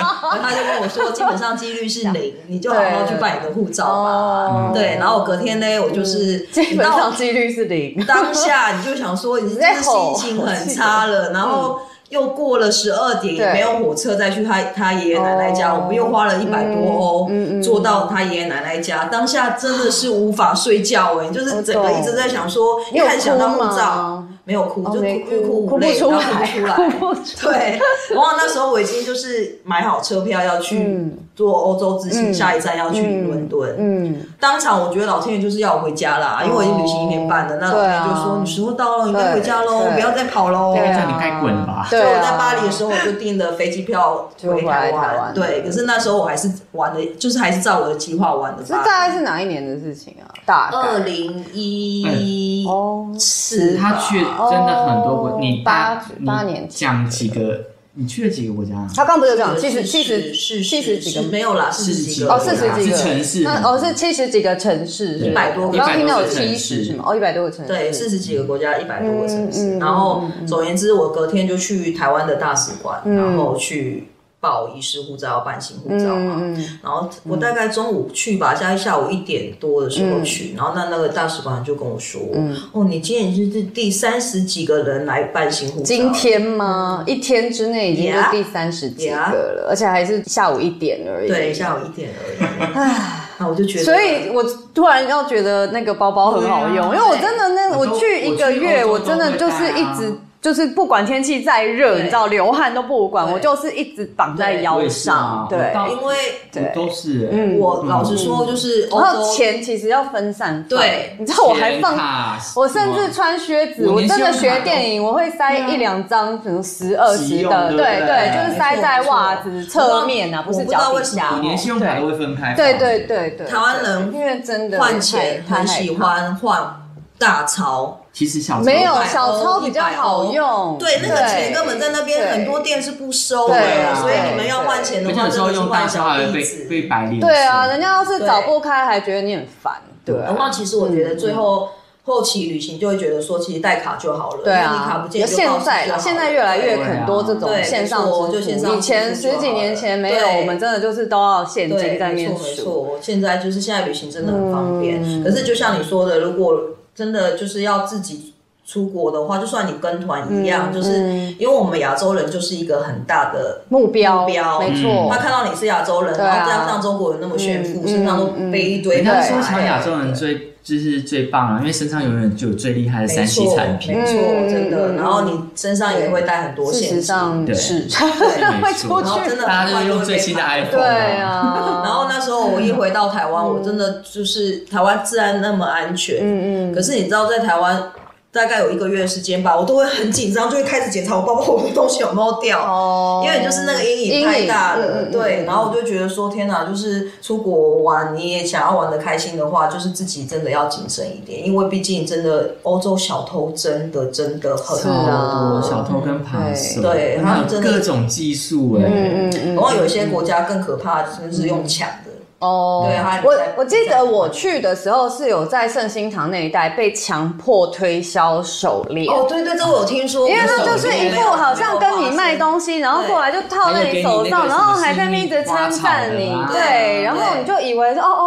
[SPEAKER 4] 然后他就跟我说，基本上几率是 零，你就好好去办你的护照
[SPEAKER 3] 哦嗯
[SPEAKER 4] 吧。”对，然后我隔天呢，我就是
[SPEAKER 3] 基本
[SPEAKER 4] 到
[SPEAKER 3] 上几率是零。
[SPEAKER 4] 当下你就想说，你真的心情很 差了，然后又过了十二点，
[SPEAKER 3] 嗯对
[SPEAKER 4] 也没有火车再去他他爷爷奶奶家，
[SPEAKER 3] 哦嗯
[SPEAKER 4] 我们又花了一百多欧、坐到他爷爷奶奶家，当下真的是无法睡觉哎、就是整个一直在想说，
[SPEAKER 3] 哦你
[SPEAKER 4] 一
[SPEAKER 3] 有
[SPEAKER 4] 看想到护
[SPEAKER 3] 哭吗哦
[SPEAKER 4] 照，没有哭，就
[SPEAKER 3] 没
[SPEAKER 4] 哭
[SPEAKER 3] 哭
[SPEAKER 4] 哭
[SPEAKER 3] 哭不
[SPEAKER 4] 五泪，
[SPEAKER 3] 出
[SPEAKER 4] 然后
[SPEAKER 3] 来
[SPEAKER 4] 哭不出 来，
[SPEAKER 3] 哭不出
[SPEAKER 4] 对，然后那时候我已经就是买好车票要去
[SPEAKER 3] 嗯
[SPEAKER 4] 做欧洲之行，下一站要去伦敦，
[SPEAKER 3] 嗯，
[SPEAKER 4] 当场我觉得老天爷就是要我回家啦，因为我已经旅行一年半了，那老
[SPEAKER 3] 哦对
[SPEAKER 4] 天
[SPEAKER 3] 啊
[SPEAKER 4] 爷就说、你时候到了，你该
[SPEAKER 3] 对
[SPEAKER 4] 回家喽，
[SPEAKER 3] 对
[SPEAKER 4] 不要再跑喽。
[SPEAKER 3] 对
[SPEAKER 2] 那
[SPEAKER 3] 啊
[SPEAKER 2] 你该滚了吧
[SPEAKER 3] 对
[SPEAKER 4] 所以
[SPEAKER 3] 啊，
[SPEAKER 4] 我在巴黎的时候，我就订了飞机票回
[SPEAKER 3] 就回来台湾
[SPEAKER 4] 对，可是那时候我还是玩的，就是还是照我的计划玩的
[SPEAKER 3] 这
[SPEAKER 4] 吧。
[SPEAKER 3] 大概是哪一年的事情啊？大概
[SPEAKER 4] 二零一
[SPEAKER 3] 哦，
[SPEAKER 4] 四，
[SPEAKER 2] 他去真的很多
[SPEAKER 3] 哦
[SPEAKER 2] 国，你
[SPEAKER 3] 八
[SPEAKER 2] 大你
[SPEAKER 3] 八年前
[SPEAKER 2] 讲几个，你去了几个国家啊？
[SPEAKER 3] 他刚不是有讲
[SPEAKER 4] 有
[SPEAKER 3] 七十七十
[SPEAKER 4] 是
[SPEAKER 3] 七十几个
[SPEAKER 4] 没有啦，四
[SPEAKER 2] 四
[SPEAKER 4] 十
[SPEAKER 2] 十
[SPEAKER 4] 几
[SPEAKER 2] 几
[SPEAKER 4] 个啊
[SPEAKER 2] 个
[SPEAKER 3] 哦，
[SPEAKER 2] 国
[SPEAKER 3] 四
[SPEAKER 2] 家
[SPEAKER 3] 十几个
[SPEAKER 2] 是城市
[SPEAKER 3] 那哦是七十几个城市，
[SPEAKER 2] 对
[SPEAKER 4] 100多
[SPEAKER 3] 我
[SPEAKER 4] 个
[SPEAKER 3] 刚刚听到有
[SPEAKER 2] 100多个
[SPEAKER 3] 七
[SPEAKER 2] 城
[SPEAKER 3] 十
[SPEAKER 2] 市
[SPEAKER 3] 什么，哦，一百多个城市，
[SPEAKER 4] 对，四十几个国家，一百多个城市。
[SPEAKER 3] 嗯嗯嗯
[SPEAKER 4] 然后，总而言之，我隔天就去台湾的大使馆，然后去报遗失护照、办新护照嘛。
[SPEAKER 3] 嗯嗯
[SPEAKER 4] 然后我大概中午去吧，下下午一点多的时候
[SPEAKER 3] 嗯
[SPEAKER 4] 去。然后那那个大使馆就跟我说：“哦，你今天已经是第三十几个人来办新护照。”
[SPEAKER 3] 今天吗？一天之内已经是
[SPEAKER 4] 嗯 Yeah
[SPEAKER 3] 第三十几个了，而且还是下午一点而已。
[SPEAKER 4] 对，下午一点而已。那我就觉得，
[SPEAKER 3] 所以，我突然要觉得那个包包很好用，
[SPEAKER 2] 对啊
[SPEAKER 3] 因为我真的那
[SPEAKER 2] 我都
[SPEAKER 3] 我去一个月，我
[SPEAKER 2] 我去欧洲
[SPEAKER 3] 真的就是一
[SPEAKER 2] 都会
[SPEAKER 3] 直
[SPEAKER 2] 带啊
[SPEAKER 3] 就是不管天气再热，
[SPEAKER 4] 对
[SPEAKER 3] 你知道流汗都不管，
[SPEAKER 4] 对
[SPEAKER 3] 我就是一直绑在腰
[SPEAKER 2] 我也是
[SPEAKER 3] 上
[SPEAKER 2] 啊，
[SPEAKER 3] 对。
[SPEAKER 2] 我到
[SPEAKER 4] 因为
[SPEAKER 2] 我都是欸，
[SPEAKER 3] 嗯
[SPEAKER 4] 我老实说，就是欧
[SPEAKER 3] 然后
[SPEAKER 4] 洲
[SPEAKER 3] 嗯哦钱其实要分散放，
[SPEAKER 4] 对
[SPEAKER 3] 你知道我还
[SPEAKER 2] 信用
[SPEAKER 3] 放。
[SPEAKER 2] 卡
[SPEAKER 3] 我甚至穿靴子，
[SPEAKER 2] 我
[SPEAKER 3] 我
[SPEAKER 2] 连
[SPEAKER 3] 真的
[SPEAKER 2] 信用卡
[SPEAKER 3] 学
[SPEAKER 2] 都
[SPEAKER 3] 电影，我会塞一两张，可能十二十
[SPEAKER 2] 急用
[SPEAKER 3] 的，
[SPEAKER 2] 对不
[SPEAKER 3] 对
[SPEAKER 2] 对
[SPEAKER 3] 对，就是塞在袜子
[SPEAKER 4] 没错
[SPEAKER 3] 侧面啊，不是
[SPEAKER 4] 我不知
[SPEAKER 3] 脚
[SPEAKER 4] 道
[SPEAKER 3] 底
[SPEAKER 4] 为什么
[SPEAKER 3] 下
[SPEAKER 2] 我。连信用卡都会分开放，
[SPEAKER 3] 对对对对，
[SPEAKER 4] 台湾人
[SPEAKER 3] 对因为真的
[SPEAKER 4] 换钱
[SPEAKER 3] 太
[SPEAKER 4] 很喜，欢换大钞。
[SPEAKER 2] 其实小时候
[SPEAKER 3] 太没有
[SPEAKER 4] 哦100欧
[SPEAKER 3] 小钞比较好用，
[SPEAKER 4] 对，那个钱根本在那边很多
[SPEAKER 3] 哦对
[SPEAKER 4] 店是不收
[SPEAKER 3] 对
[SPEAKER 4] 的，
[SPEAKER 2] 啊
[SPEAKER 4] 所以你们要换钱
[SPEAKER 2] 而
[SPEAKER 4] 的
[SPEAKER 2] 且
[SPEAKER 4] 话，
[SPEAKER 2] 有时
[SPEAKER 4] 真
[SPEAKER 2] 候
[SPEAKER 4] 的是
[SPEAKER 2] 用大
[SPEAKER 4] 换
[SPEAKER 2] 消
[SPEAKER 4] 小
[SPEAKER 2] 还会
[SPEAKER 4] 币
[SPEAKER 2] 被
[SPEAKER 4] 子。
[SPEAKER 2] 被白脸，
[SPEAKER 3] 对啊，人家要是
[SPEAKER 4] 对哦
[SPEAKER 3] 找不开，还觉得你很烦，对啊
[SPEAKER 4] 然后其实我觉得最后后期旅行就会觉得说，其实带卡就好了，
[SPEAKER 3] 对
[SPEAKER 4] 因为你卡
[SPEAKER 3] 啊
[SPEAKER 4] 不，见就
[SPEAKER 3] 现
[SPEAKER 4] 报
[SPEAKER 3] 在
[SPEAKER 4] 失就
[SPEAKER 3] 啦
[SPEAKER 4] 好
[SPEAKER 3] 现在越来越很多这种
[SPEAKER 4] 对啊
[SPEAKER 3] 线上
[SPEAKER 4] 对没错
[SPEAKER 3] 支
[SPEAKER 4] 就线上
[SPEAKER 3] 付，
[SPEAKER 4] 支付
[SPEAKER 3] 以前十几年前没有，
[SPEAKER 4] 对
[SPEAKER 3] 我们真的就是都要现
[SPEAKER 4] 对
[SPEAKER 3] 金在
[SPEAKER 4] 没
[SPEAKER 3] 面
[SPEAKER 4] 错没
[SPEAKER 3] 数。嗯
[SPEAKER 4] 错，现在就是现在旅行真的很方便。可是就像你说的，如果真的就是要自己出国的话，就算你跟团一
[SPEAKER 3] 嗯
[SPEAKER 4] 样，就是因为我们亚洲人就是一个很大的
[SPEAKER 3] 目标，
[SPEAKER 4] 目标
[SPEAKER 3] 没
[SPEAKER 2] 嗯
[SPEAKER 3] 错
[SPEAKER 4] 他，看到你是亚洲人，
[SPEAKER 3] 对啊
[SPEAKER 4] 然后加上中国人那么炫富，
[SPEAKER 3] 嗯
[SPEAKER 4] 身上都背一堆
[SPEAKER 2] 人
[SPEAKER 4] 牌
[SPEAKER 2] 家
[SPEAKER 4] 啊。
[SPEAKER 2] 说小亚洲人最就是最棒了，因为身上永远就有最厉害的山西产品
[SPEAKER 4] 没。错，
[SPEAKER 3] 嗯
[SPEAKER 4] 真的。
[SPEAKER 3] 嗯
[SPEAKER 4] 然后你身上也会带很多
[SPEAKER 3] 事
[SPEAKER 4] 现
[SPEAKER 3] 实
[SPEAKER 4] 金，
[SPEAKER 3] 上
[SPEAKER 2] 对
[SPEAKER 3] 是
[SPEAKER 2] 对
[SPEAKER 3] 会
[SPEAKER 2] 没
[SPEAKER 3] 出
[SPEAKER 2] 错
[SPEAKER 4] 然后真
[SPEAKER 3] 去，
[SPEAKER 4] 的
[SPEAKER 2] 大家都用最新的 iPhone
[SPEAKER 3] 对啊，
[SPEAKER 4] 然后那时候我一回到台湾，
[SPEAKER 3] 嗯
[SPEAKER 4] 我真的就是台湾治安那么安全，嗯嗯。可是你知道，在台湾大概有一个月的时间吧，我都会很紧张，就会开始检查我包包我的东西有没有掉。
[SPEAKER 3] 哦
[SPEAKER 4] 因为就是那个阴影太大
[SPEAKER 3] 阴影
[SPEAKER 4] 了，
[SPEAKER 3] 嗯嗯嗯
[SPEAKER 4] 对，
[SPEAKER 3] 嗯
[SPEAKER 4] 然后我就觉得说，天哪，就是出国玩，你也想要玩的开心的话，就是自己真的要谨慎一点，因为毕竟真的欧洲小偷真的真的很
[SPEAKER 3] 是
[SPEAKER 4] 多，
[SPEAKER 3] 啊
[SPEAKER 2] 哦小偷跟扒手，
[SPEAKER 4] 对对
[SPEAKER 2] 还
[SPEAKER 4] 他
[SPEAKER 2] 有
[SPEAKER 4] 们真的
[SPEAKER 2] 各种技术哎、
[SPEAKER 3] 嗯嗯
[SPEAKER 4] 然后有一些国家更可怕，就是用抢的，
[SPEAKER 3] 哦，
[SPEAKER 4] 对他
[SPEAKER 3] 我
[SPEAKER 4] 在
[SPEAKER 3] 我记得我去的时候是有在圣心堂那一带被强迫推销手链。
[SPEAKER 4] 哦，对对，这我有听说，
[SPEAKER 3] 因为他就是一副好像跟你卖东西，然后过来就套在你手上，然后还在那边一直称赞你，对，然后你就以为说哦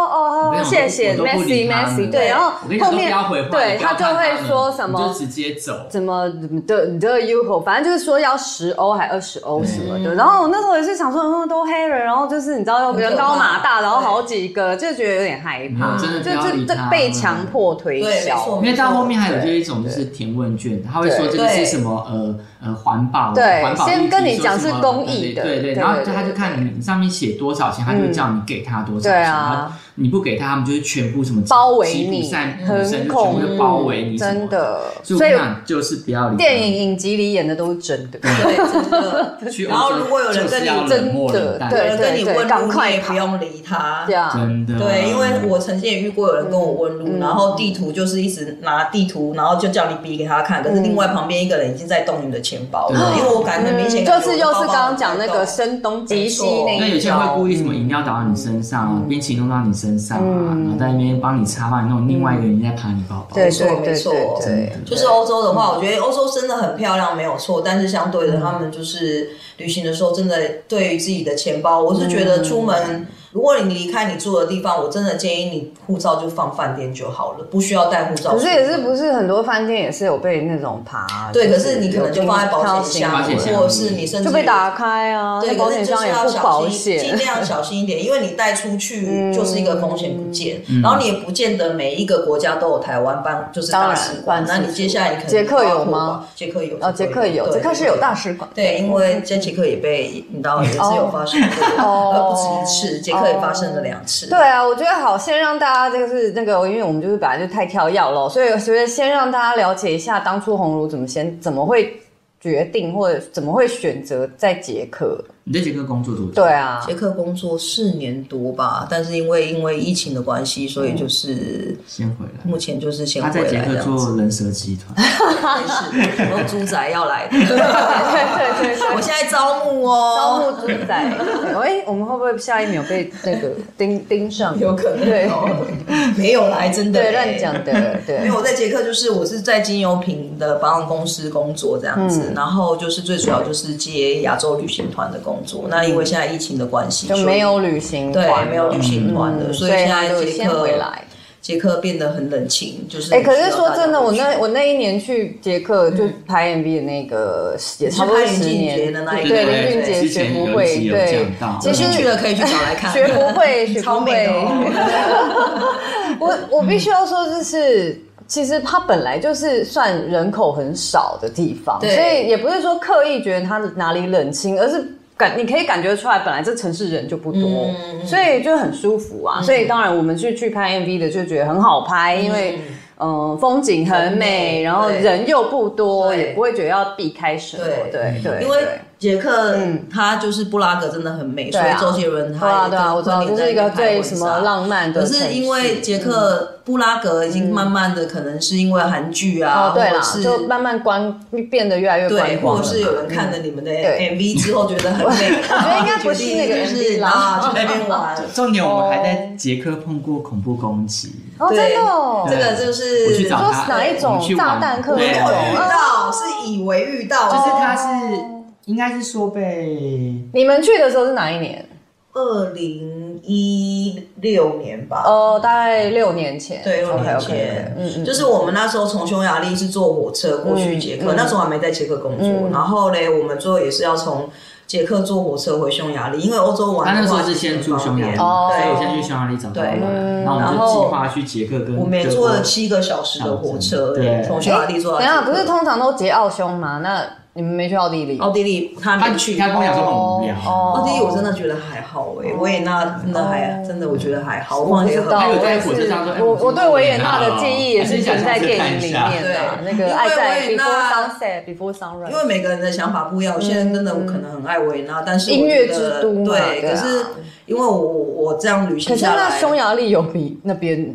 [SPEAKER 3] 哦哦哦，谢谢 Messi Messi，对，然后
[SPEAKER 2] 我跟你
[SPEAKER 3] 后
[SPEAKER 2] 讲都不
[SPEAKER 3] 面
[SPEAKER 2] 要回话，
[SPEAKER 3] 对
[SPEAKER 2] 你不要
[SPEAKER 3] 他就
[SPEAKER 2] 看
[SPEAKER 3] 会
[SPEAKER 2] 们
[SPEAKER 3] 说什
[SPEAKER 2] 你
[SPEAKER 3] 么
[SPEAKER 2] 就直接走。
[SPEAKER 3] 怎么的的 u h o 反正就是说要十欧还二十欧什么的。然后我那时候也是想说，嗯，都黑人，然后就是你知道又人高马大，然后好几个，就觉得有点害
[SPEAKER 2] 没
[SPEAKER 3] 怕
[SPEAKER 2] 有，真的不
[SPEAKER 3] 就
[SPEAKER 2] 要
[SPEAKER 3] 这
[SPEAKER 2] 理
[SPEAKER 3] 这
[SPEAKER 2] 他
[SPEAKER 3] 被
[SPEAKER 2] 们
[SPEAKER 3] 强迫推
[SPEAKER 4] 对没
[SPEAKER 3] 销
[SPEAKER 4] 错。
[SPEAKER 2] 因为到后面还有
[SPEAKER 3] 对
[SPEAKER 2] 就是一种就是填问卷，他会说这
[SPEAKER 3] 对
[SPEAKER 2] 个是什么呃呃环保，
[SPEAKER 3] 对
[SPEAKER 2] 环保
[SPEAKER 3] 先
[SPEAKER 2] 议题
[SPEAKER 3] 跟你
[SPEAKER 2] 说
[SPEAKER 3] 讲
[SPEAKER 2] 什
[SPEAKER 3] 是
[SPEAKER 2] 么
[SPEAKER 3] 公益的
[SPEAKER 2] 对对
[SPEAKER 3] 对
[SPEAKER 2] 对，然后
[SPEAKER 3] 对
[SPEAKER 2] 他就
[SPEAKER 3] 对
[SPEAKER 2] 看你上面写多少钱，他就
[SPEAKER 3] 嗯
[SPEAKER 2] 叫你给他多少
[SPEAKER 3] 对
[SPEAKER 2] 钱，
[SPEAKER 3] 啊
[SPEAKER 2] 然后你不给他，他们就是全部什么
[SPEAKER 3] 包围
[SPEAKER 2] 吉普
[SPEAKER 3] 你
[SPEAKER 2] 赛女
[SPEAKER 3] 很
[SPEAKER 2] 神
[SPEAKER 3] 恐
[SPEAKER 2] 全部都包围你，
[SPEAKER 3] 真。的，
[SPEAKER 2] 所以我
[SPEAKER 3] 所以
[SPEAKER 2] 跟你讲，就是不要理他
[SPEAKER 3] 电影影集里演的都是真的。
[SPEAKER 2] 嗯
[SPEAKER 4] 对，真的。
[SPEAKER 2] 去欧洲
[SPEAKER 4] 然后如果有人跟你
[SPEAKER 2] 就是要冷漠
[SPEAKER 3] 真
[SPEAKER 2] 冷
[SPEAKER 3] 的
[SPEAKER 2] 淡
[SPEAKER 4] 有
[SPEAKER 3] 对
[SPEAKER 4] 人跟你问
[SPEAKER 3] 赶
[SPEAKER 4] 路，你
[SPEAKER 3] 快
[SPEAKER 4] 也
[SPEAKER 3] 跑
[SPEAKER 4] 不用理他
[SPEAKER 3] 这。样，
[SPEAKER 2] 真的
[SPEAKER 4] 对，因为我曾经也遇过有人跟我问
[SPEAKER 3] 嗯
[SPEAKER 4] 路，然后地图就是一直拿地图，然后就叫你比给他看，可
[SPEAKER 3] 嗯
[SPEAKER 4] 是另外旁边一个人已经在动你的钱包了，
[SPEAKER 2] 对
[SPEAKER 4] 因为我感觉明显
[SPEAKER 3] 嗯就
[SPEAKER 4] 感觉
[SPEAKER 3] 是
[SPEAKER 4] 我的
[SPEAKER 3] 又
[SPEAKER 4] 包包
[SPEAKER 3] 是刚刚讲那个
[SPEAKER 4] 在动
[SPEAKER 3] 声东击西
[SPEAKER 4] 嗯没错
[SPEAKER 2] 那
[SPEAKER 3] 那
[SPEAKER 2] 有
[SPEAKER 3] 一嗯
[SPEAKER 2] 些人会
[SPEAKER 3] 招
[SPEAKER 2] 故意什么饮料倒到你身上啊，
[SPEAKER 3] 嗯
[SPEAKER 2] 冰淇淋弄到你身上啊，然后在那边帮你擦，帮你弄，另外一个人在爬你包包。
[SPEAKER 3] 对
[SPEAKER 4] 没错
[SPEAKER 3] 对对
[SPEAKER 4] 没错
[SPEAKER 3] 对对嗯
[SPEAKER 2] 真的
[SPEAKER 4] 就是欧洲的话，我觉得欧洲真的很漂亮，没有错。但是相对的，他们就是旅行的时候，真的对于自己的钱包，我是觉
[SPEAKER 3] 嗯
[SPEAKER 4] 得出门，如果你离开你住的地方，我真的建议你护照就放饭店就好了，不需要带护照出
[SPEAKER 3] 可
[SPEAKER 4] 门。
[SPEAKER 3] 是也是不是很多饭店也是有被那种爬，啊
[SPEAKER 4] 对，可
[SPEAKER 3] 就是
[SPEAKER 4] 你可能就放在保险箱，
[SPEAKER 2] 保险箱
[SPEAKER 4] 或者是你甚至
[SPEAKER 3] 就被打开啊，在
[SPEAKER 4] 对，
[SPEAKER 3] 保
[SPEAKER 4] 可
[SPEAKER 3] 险
[SPEAKER 4] 是就
[SPEAKER 3] 箱
[SPEAKER 4] 是
[SPEAKER 3] 也
[SPEAKER 4] 要
[SPEAKER 3] 不保
[SPEAKER 4] 小心，尽
[SPEAKER 3] 险，嗯
[SPEAKER 4] 量小心一点，因为你带出去就是一个风险不见，
[SPEAKER 2] 嗯
[SPEAKER 4] 然后你也不见得每一个国家都有台湾办就是
[SPEAKER 3] 当然
[SPEAKER 4] 大使馆，
[SPEAKER 3] 办
[SPEAKER 4] 那
[SPEAKER 3] 事
[SPEAKER 4] 你
[SPEAKER 3] 处
[SPEAKER 4] 接下来你可能
[SPEAKER 3] 捷克有
[SPEAKER 4] 要托
[SPEAKER 3] 吗
[SPEAKER 4] 管？捷克有
[SPEAKER 3] 哦，捷克有，
[SPEAKER 4] 对
[SPEAKER 3] 捷克是有大使馆，
[SPEAKER 4] 对，因为在捷克也被你知道也是有发生过，
[SPEAKER 3] 哦
[SPEAKER 4] 呃，不止一次，捷克也发生了两次。
[SPEAKER 3] 对啊，我觉得好，先让大家就是那个，因为我们就是本来就太跳药了，所以我觉得先让大家了解一下当初红茹怎么先怎么会决定或者怎么会选择在捷克。
[SPEAKER 2] 你在捷克工作多久？
[SPEAKER 3] 对，啊，
[SPEAKER 4] 捷克工作四年多吧，但是因为因为疫情的关系，所以
[SPEAKER 3] 嗯
[SPEAKER 4] 就是
[SPEAKER 2] 先回来。
[SPEAKER 4] 目前就是先
[SPEAKER 2] 他
[SPEAKER 4] 回
[SPEAKER 2] 在捷
[SPEAKER 4] 来
[SPEAKER 2] 克
[SPEAKER 4] 这样子。
[SPEAKER 2] 做人蛇集团，
[SPEAKER 4] 没事，然后猪仔要 来的，
[SPEAKER 3] 对对对
[SPEAKER 4] 我现在招募哦，
[SPEAKER 3] 招募猪仔，哎，我们会不会下一秒被那个盯盯上？
[SPEAKER 4] 有可能
[SPEAKER 3] 对
[SPEAKER 4] 哦，没有啦，还真的
[SPEAKER 3] 对，
[SPEAKER 4] 欸
[SPEAKER 3] 乱。讲的，
[SPEAKER 4] 因为
[SPEAKER 3] 对，
[SPEAKER 4] 我在捷克，就是我是在精油品的保养公司工作这样
[SPEAKER 3] 嗯
[SPEAKER 4] 子，然后就是最主要就是接亚洲旅行团的工作。那因为现在疫情的关系，
[SPEAKER 3] 就
[SPEAKER 4] 所以
[SPEAKER 3] 没有旅行
[SPEAKER 4] 对
[SPEAKER 3] 团了，
[SPEAKER 4] 没有旅行团的，
[SPEAKER 3] 嗯
[SPEAKER 4] 所以现在
[SPEAKER 3] 就
[SPEAKER 4] 捷
[SPEAKER 3] 先
[SPEAKER 4] 克
[SPEAKER 3] 回来。
[SPEAKER 4] 捷克变得很冷清，就是
[SPEAKER 3] 哎、可是说真的，我
[SPEAKER 4] 需要大
[SPEAKER 3] 那
[SPEAKER 4] 家
[SPEAKER 3] 我那一年去捷克就拍 MV 的那个，也差不多十年，
[SPEAKER 4] 你是拍林俊杰的那一
[SPEAKER 3] 对
[SPEAKER 4] 个
[SPEAKER 3] 林俊杰
[SPEAKER 2] 对
[SPEAKER 3] 学不
[SPEAKER 2] 之前有一
[SPEAKER 3] 会，
[SPEAKER 2] 集有
[SPEAKER 3] 对
[SPEAKER 2] 讲到，
[SPEAKER 3] 其
[SPEAKER 4] 有兴趣
[SPEAKER 3] 实
[SPEAKER 4] 的可以去找来看，
[SPEAKER 3] 学不 会，学
[SPEAKER 4] 超
[SPEAKER 3] 不
[SPEAKER 4] 美的
[SPEAKER 3] 会。
[SPEAKER 4] 哦。
[SPEAKER 3] 我 我必须要说，就是其实它本来就是算人口很少的地方，所
[SPEAKER 4] 对
[SPEAKER 3] 以也不是说刻意觉得它哪里冷清，而是。感你可以感觉出来，本来这城市人就不多，
[SPEAKER 4] 嗯
[SPEAKER 3] 所以就很舒服啊。所以当然我们去去拍 MV 的就觉得很好拍，因为嗯、呃风景很
[SPEAKER 4] 很
[SPEAKER 3] 美，
[SPEAKER 4] 美
[SPEAKER 3] 然后
[SPEAKER 4] 对
[SPEAKER 3] 人又不多，
[SPEAKER 4] 对
[SPEAKER 3] 也不会觉得要避开什么。对
[SPEAKER 4] 对
[SPEAKER 3] 对，
[SPEAKER 4] 因为
[SPEAKER 3] 哎对嗯
[SPEAKER 4] 捷克，它就是布拉格真的很美，
[SPEAKER 3] 对
[SPEAKER 4] 所
[SPEAKER 3] 啊
[SPEAKER 4] 以周杰伦
[SPEAKER 3] 对
[SPEAKER 4] 他
[SPEAKER 3] 啊
[SPEAKER 4] 也
[SPEAKER 3] 对啊，
[SPEAKER 4] 跟
[SPEAKER 3] 我知道，
[SPEAKER 4] 昆凌
[SPEAKER 3] 就
[SPEAKER 4] 在
[SPEAKER 3] 是一
[SPEAKER 4] 那
[SPEAKER 3] 个
[SPEAKER 4] 边拍
[SPEAKER 3] 最
[SPEAKER 4] 婚
[SPEAKER 3] 什
[SPEAKER 4] 纱
[SPEAKER 3] 么浪漫的
[SPEAKER 4] 可
[SPEAKER 3] 城市，嗯
[SPEAKER 4] 是因为捷克布拉格已经慢慢的，可能是因为韩剧啊，
[SPEAKER 3] 哦对啦
[SPEAKER 4] 或者，是
[SPEAKER 3] 就慢慢观变得越来越观
[SPEAKER 4] 对，
[SPEAKER 3] 光
[SPEAKER 4] 或
[SPEAKER 3] 了嘛。嗯
[SPEAKER 4] 者是有人看了你们的
[SPEAKER 3] 对
[SPEAKER 4] MV 之后觉得 很美，我
[SPEAKER 3] 觉得应该不是那个 MV 啦
[SPEAKER 4] 啊， 去那边 玩。哦
[SPEAKER 2] 重点我们还在捷克碰过恐怖攻击，
[SPEAKER 3] 哦，真的哦，
[SPEAKER 4] 这
[SPEAKER 2] 对
[SPEAKER 4] 个就是
[SPEAKER 2] 我去找
[SPEAKER 3] 说
[SPEAKER 2] 他，
[SPEAKER 3] 是哪一种
[SPEAKER 2] 我们去玩
[SPEAKER 3] 炸弹客
[SPEAKER 2] 对
[SPEAKER 3] 那
[SPEAKER 4] 没
[SPEAKER 3] 种
[SPEAKER 4] 有遇
[SPEAKER 3] 啊
[SPEAKER 4] 到，是以为遇到，
[SPEAKER 2] 就是他是应该是说被
[SPEAKER 3] 你们去的时候是哪一年？
[SPEAKER 4] 二零一六年吧，
[SPEAKER 3] 哦，大概六年前。
[SPEAKER 4] 对，六年
[SPEAKER 3] OK，OK，OK，
[SPEAKER 4] 前，
[SPEAKER 3] 嗯嗯，
[SPEAKER 4] 就是我们那时候从匈牙利是坐火车过去捷
[SPEAKER 3] 嗯
[SPEAKER 4] 克，
[SPEAKER 3] 嗯嗯
[SPEAKER 4] 那时候还没在捷克工作，然后嘞，我们最后也是要从捷克坐火车回匈牙利，因为欧洲玩
[SPEAKER 2] 他
[SPEAKER 4] 的
[SPEAKER 2] 那时
[SPEAKER 4] 话
[SPEAKER 2] 候是先住匈牙利，
[SPEAKER 3] 哦
[SPEAKER 2] 所以我先去匈牙利找他玩，
[SPEAKER 4] 对
[SPEAKER 2] 然后我们就计划去捷克跟
[SPEAKER 4] 我们也
[SPEAKER 2] 德
[SPEAKER 4] 坐
[SPEAKER 2] 国
[SPEAKER 4] 了七个小时的火车，
[SPEAKER 2] 对
[SPEAKER 4] 从匈牙利坐到
[SPEAKER 3] 等一
[SPEAKER 4] 捷
[SPEAKER 3] 下，不
[SPEAKER 4] 克哦
[SPEAKER 3] 是通常都结奥匈吗？那你们没去奥地利？
[SPEAKER 4] 奥地利，他
[SPEAKER 2] 他
[SPEAKER 4] 没去
[SPEAKER 2] 去，。他跟我讲说很无聊，
[SPEAKER 3] 哦
[SPEAKER 4] 奥地利我真的觉得还好哎、维也纳真的还真的我觉得还好，我
[SPEAKER 3] 哦我
[SPEAKER 4] 忘
[SPEAKER 3] 不
[SPEAKER 4] 记
[SPEAKER 3] 知
[SPEAKER 4] 很
[SPEAKER 3] 道，
[SPEAKER 2] 他
[SPEAKER 4] 好
[SPEAKER 2] 有在
[SPEAKER 3] 也
[SPEAKER 2] 火车上说
[SPEAKER 3] 是
[SPEAKER 2] 哎
[SPEAKER 3] 我
[SPEAKER 2] 我
[SPEAKER 3] 我对维也纳的记忆也是
[SPEAKER 2] 还是想
[SPEAKER 3] 存在电影里面
[SPEAKER 4] 去
[SPEAKER 3] 的啊，
[SPEAKER 4] 看一下
[SPEAKER 3] 那个
[SPEAKER 4] 对
[SPEAKER 3] 爱在
[SPEAKER 4] 因为维也
[SPEAKER 3] Before
[SPEAKER 4] 纳
[SPEAKER 3] Sunset Before Sunrise，
[SPEAKER 4] 因为每个人的想法不一样，我现在真的我可能很爱维也纳，但是
[SPEAKER 3] 嗯
[SPEAKER 4] 我
[SPEAKER 3] 音乐
[SPEAKER 4] 觉得
[SPEAKER 3] 之都嘛
[SPEAKER 4] 对，
[SPEAKER 3] 对啊
[SPEAKER 4] 可是因为我我这样旅
[SPEAKER 3] 可是
[SPEAKER 4] 行下来，
[SPEAKER 3] 那匈牙利有比那边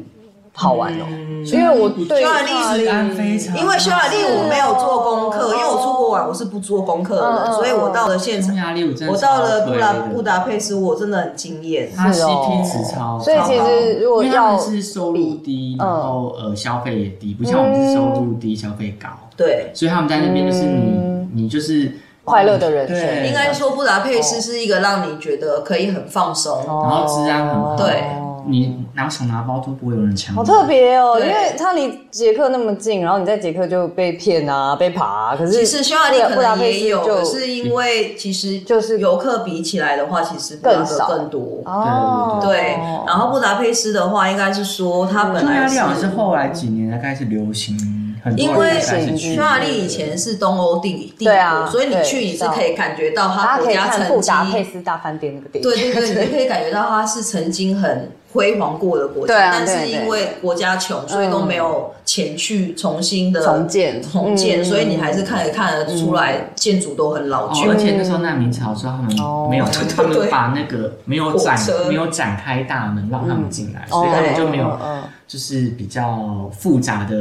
[SPEAKER 3] 好玩哦，因为我对
[SPEAKER 4] 嗯匈牙利
[SPEAKER 2] 治安非常好，
[SPEAKER 4] 因为匈牙利我没有做
[SPEAKER 3] 啊哦
[SPEAKER 4] 功课，因为我出国玩我是不做功课的
[SPEAKER 3] 嗯嗯嗯
[SPEAKER 4] 人，所以我到了现
[SPEAKER 2] 匈
[SPEAKER 4] 场，
[SPEAKER 2] 牙利我真的
[SPEAKER 4] 我到了
[SPEAKER 2] 超
[SPEAKER 4] 布达
[SPEAKER 2] 推的
[SPEAKER 4] 布达佩斯，我真的很惊艳。
[SPEAKER 2] 它
[SPEAKER 3] 是哦
[SPEAKER 2] CP 值超高，
[SPEAKER 3] 所以其实如果
[SPEAKER 2] 因为他
[SPEAKER 3] 要嗯
[SPEAKER 2] 们是收入低，然后呃消费也低，不像我们是收入低消费高，
[SPEAKER 3] 啊
[SPEAKER 4] 对，
[SPEAKER 2] 所以他们在那边就是你
[SPEAKER 3] 嗯
[SPEAKER 2] 你就是
[SPEAKER 3] 快乐的人生
[SPEAKER 2] 对
[SPEAKER 3] 哦
[SPEAKER 4] 应该说布达佩斯是一个让你觉得可以很放松，
[SPEAKER 2] 然后治安很好，
[SPEAKER 4] 对
[SPEAKER 2] 你拿抢拿包都不会有人抢。
[SPEAKER 3] 哦好特别哦，因为它离捷克那么近，然后你在捷克就被骗啊，被爬、啊。可是
[SPEAKER 4] 其实匈牙利
[SPEAKER 3] 布达
[SPEAKER 4] 可
[SPEAKER 3] 布达
[SPEAKER 4] 能
[SPEAKER 3] 佩
[SPEAKER 4] 也
[SPEAKER 3] 斯
[SPEAKER 4] 有，可
[SPEAKER 3] 就是
[SPEAKER 4] 因为其实
[SPEAKER 3] 就是
[SPEAKER 4] 游客比起来的话，其实布
[SPEAKER 3] 更
[SPEAKER 4] 达格
[SPEAKER 3] 少
[SPEAKER 4] 更多。
[SPEAKER 3] 哦，
[SPEAKER 4] 对，然后布达佩斯的话，应该是说它本
[SPEAKER 2] 匈牙
[SPEAKER 4] 来
[SPEAKER 2] 利好像
[SPEAKER 4] 是
[SPEAKER 2] 是后来几年才开始流行，很
[SPEAKER 4] 因
[SPEAKER 2] 多
[SPEAKER 4] 为
[SPEAKER 2] 人才开始去
[SPEAKER 4] 匈牙利以前是东欧帝帝
[SPEAKER 3] 对啊
[SPEAKER 4] 国，所以你
[SPEAKER 3] 对
[SPEAKER 4] 去你是可以感觉到
[SPEAKER 3] 大家
[SPEAKER 4] 它国
[SPEAKER 3] 可以
[SPEAKER 4] 家
[SPEAKER 3] 看
[SPEAKER 4] 曾
[SPEAKER 3] 布达佩
[SPEAKER 4] 经，
[SPEAKER 3] 斯大饭店那个电影。
[SPEAKER 4] 对对对，你可以感觉到它是曾经很辉煌过的国家，
[SPEAKER 3] 对啊
[SPEAKER 4] 但是
[SPEAKER 3] 对对嗯
[SPEAKER 4] 因为国家穷，所以都没有钱去重新的
[SPEAKER 3] 重建
[SPEAKER 4] 重建，
[SPEAKER 3] 嗯
[SPEAKER 4] 所以你还是看得看得出来建筑都很老
[SPEAKER 2] 哦，
[SPEAKER 4] 旧
[SPEAKER 2] 而。且那时候难民潮的时候，他们
[SPEAKER 3] 哦
[SPEAKER 2] 没有，他们
[SPEAKER 4] 对
[SPEAKER 2] 把那个没有展
[SPEAKER 4] 火车
[SPEAKER 2] 没有展开大门让他们进来，所以
[SPEAKER 3] 哦
[SPEAKER 2] 他们就没有
[SPEAKER 3] 嗯嗯嗯
[SPEAKER 2] 就是比较复杂的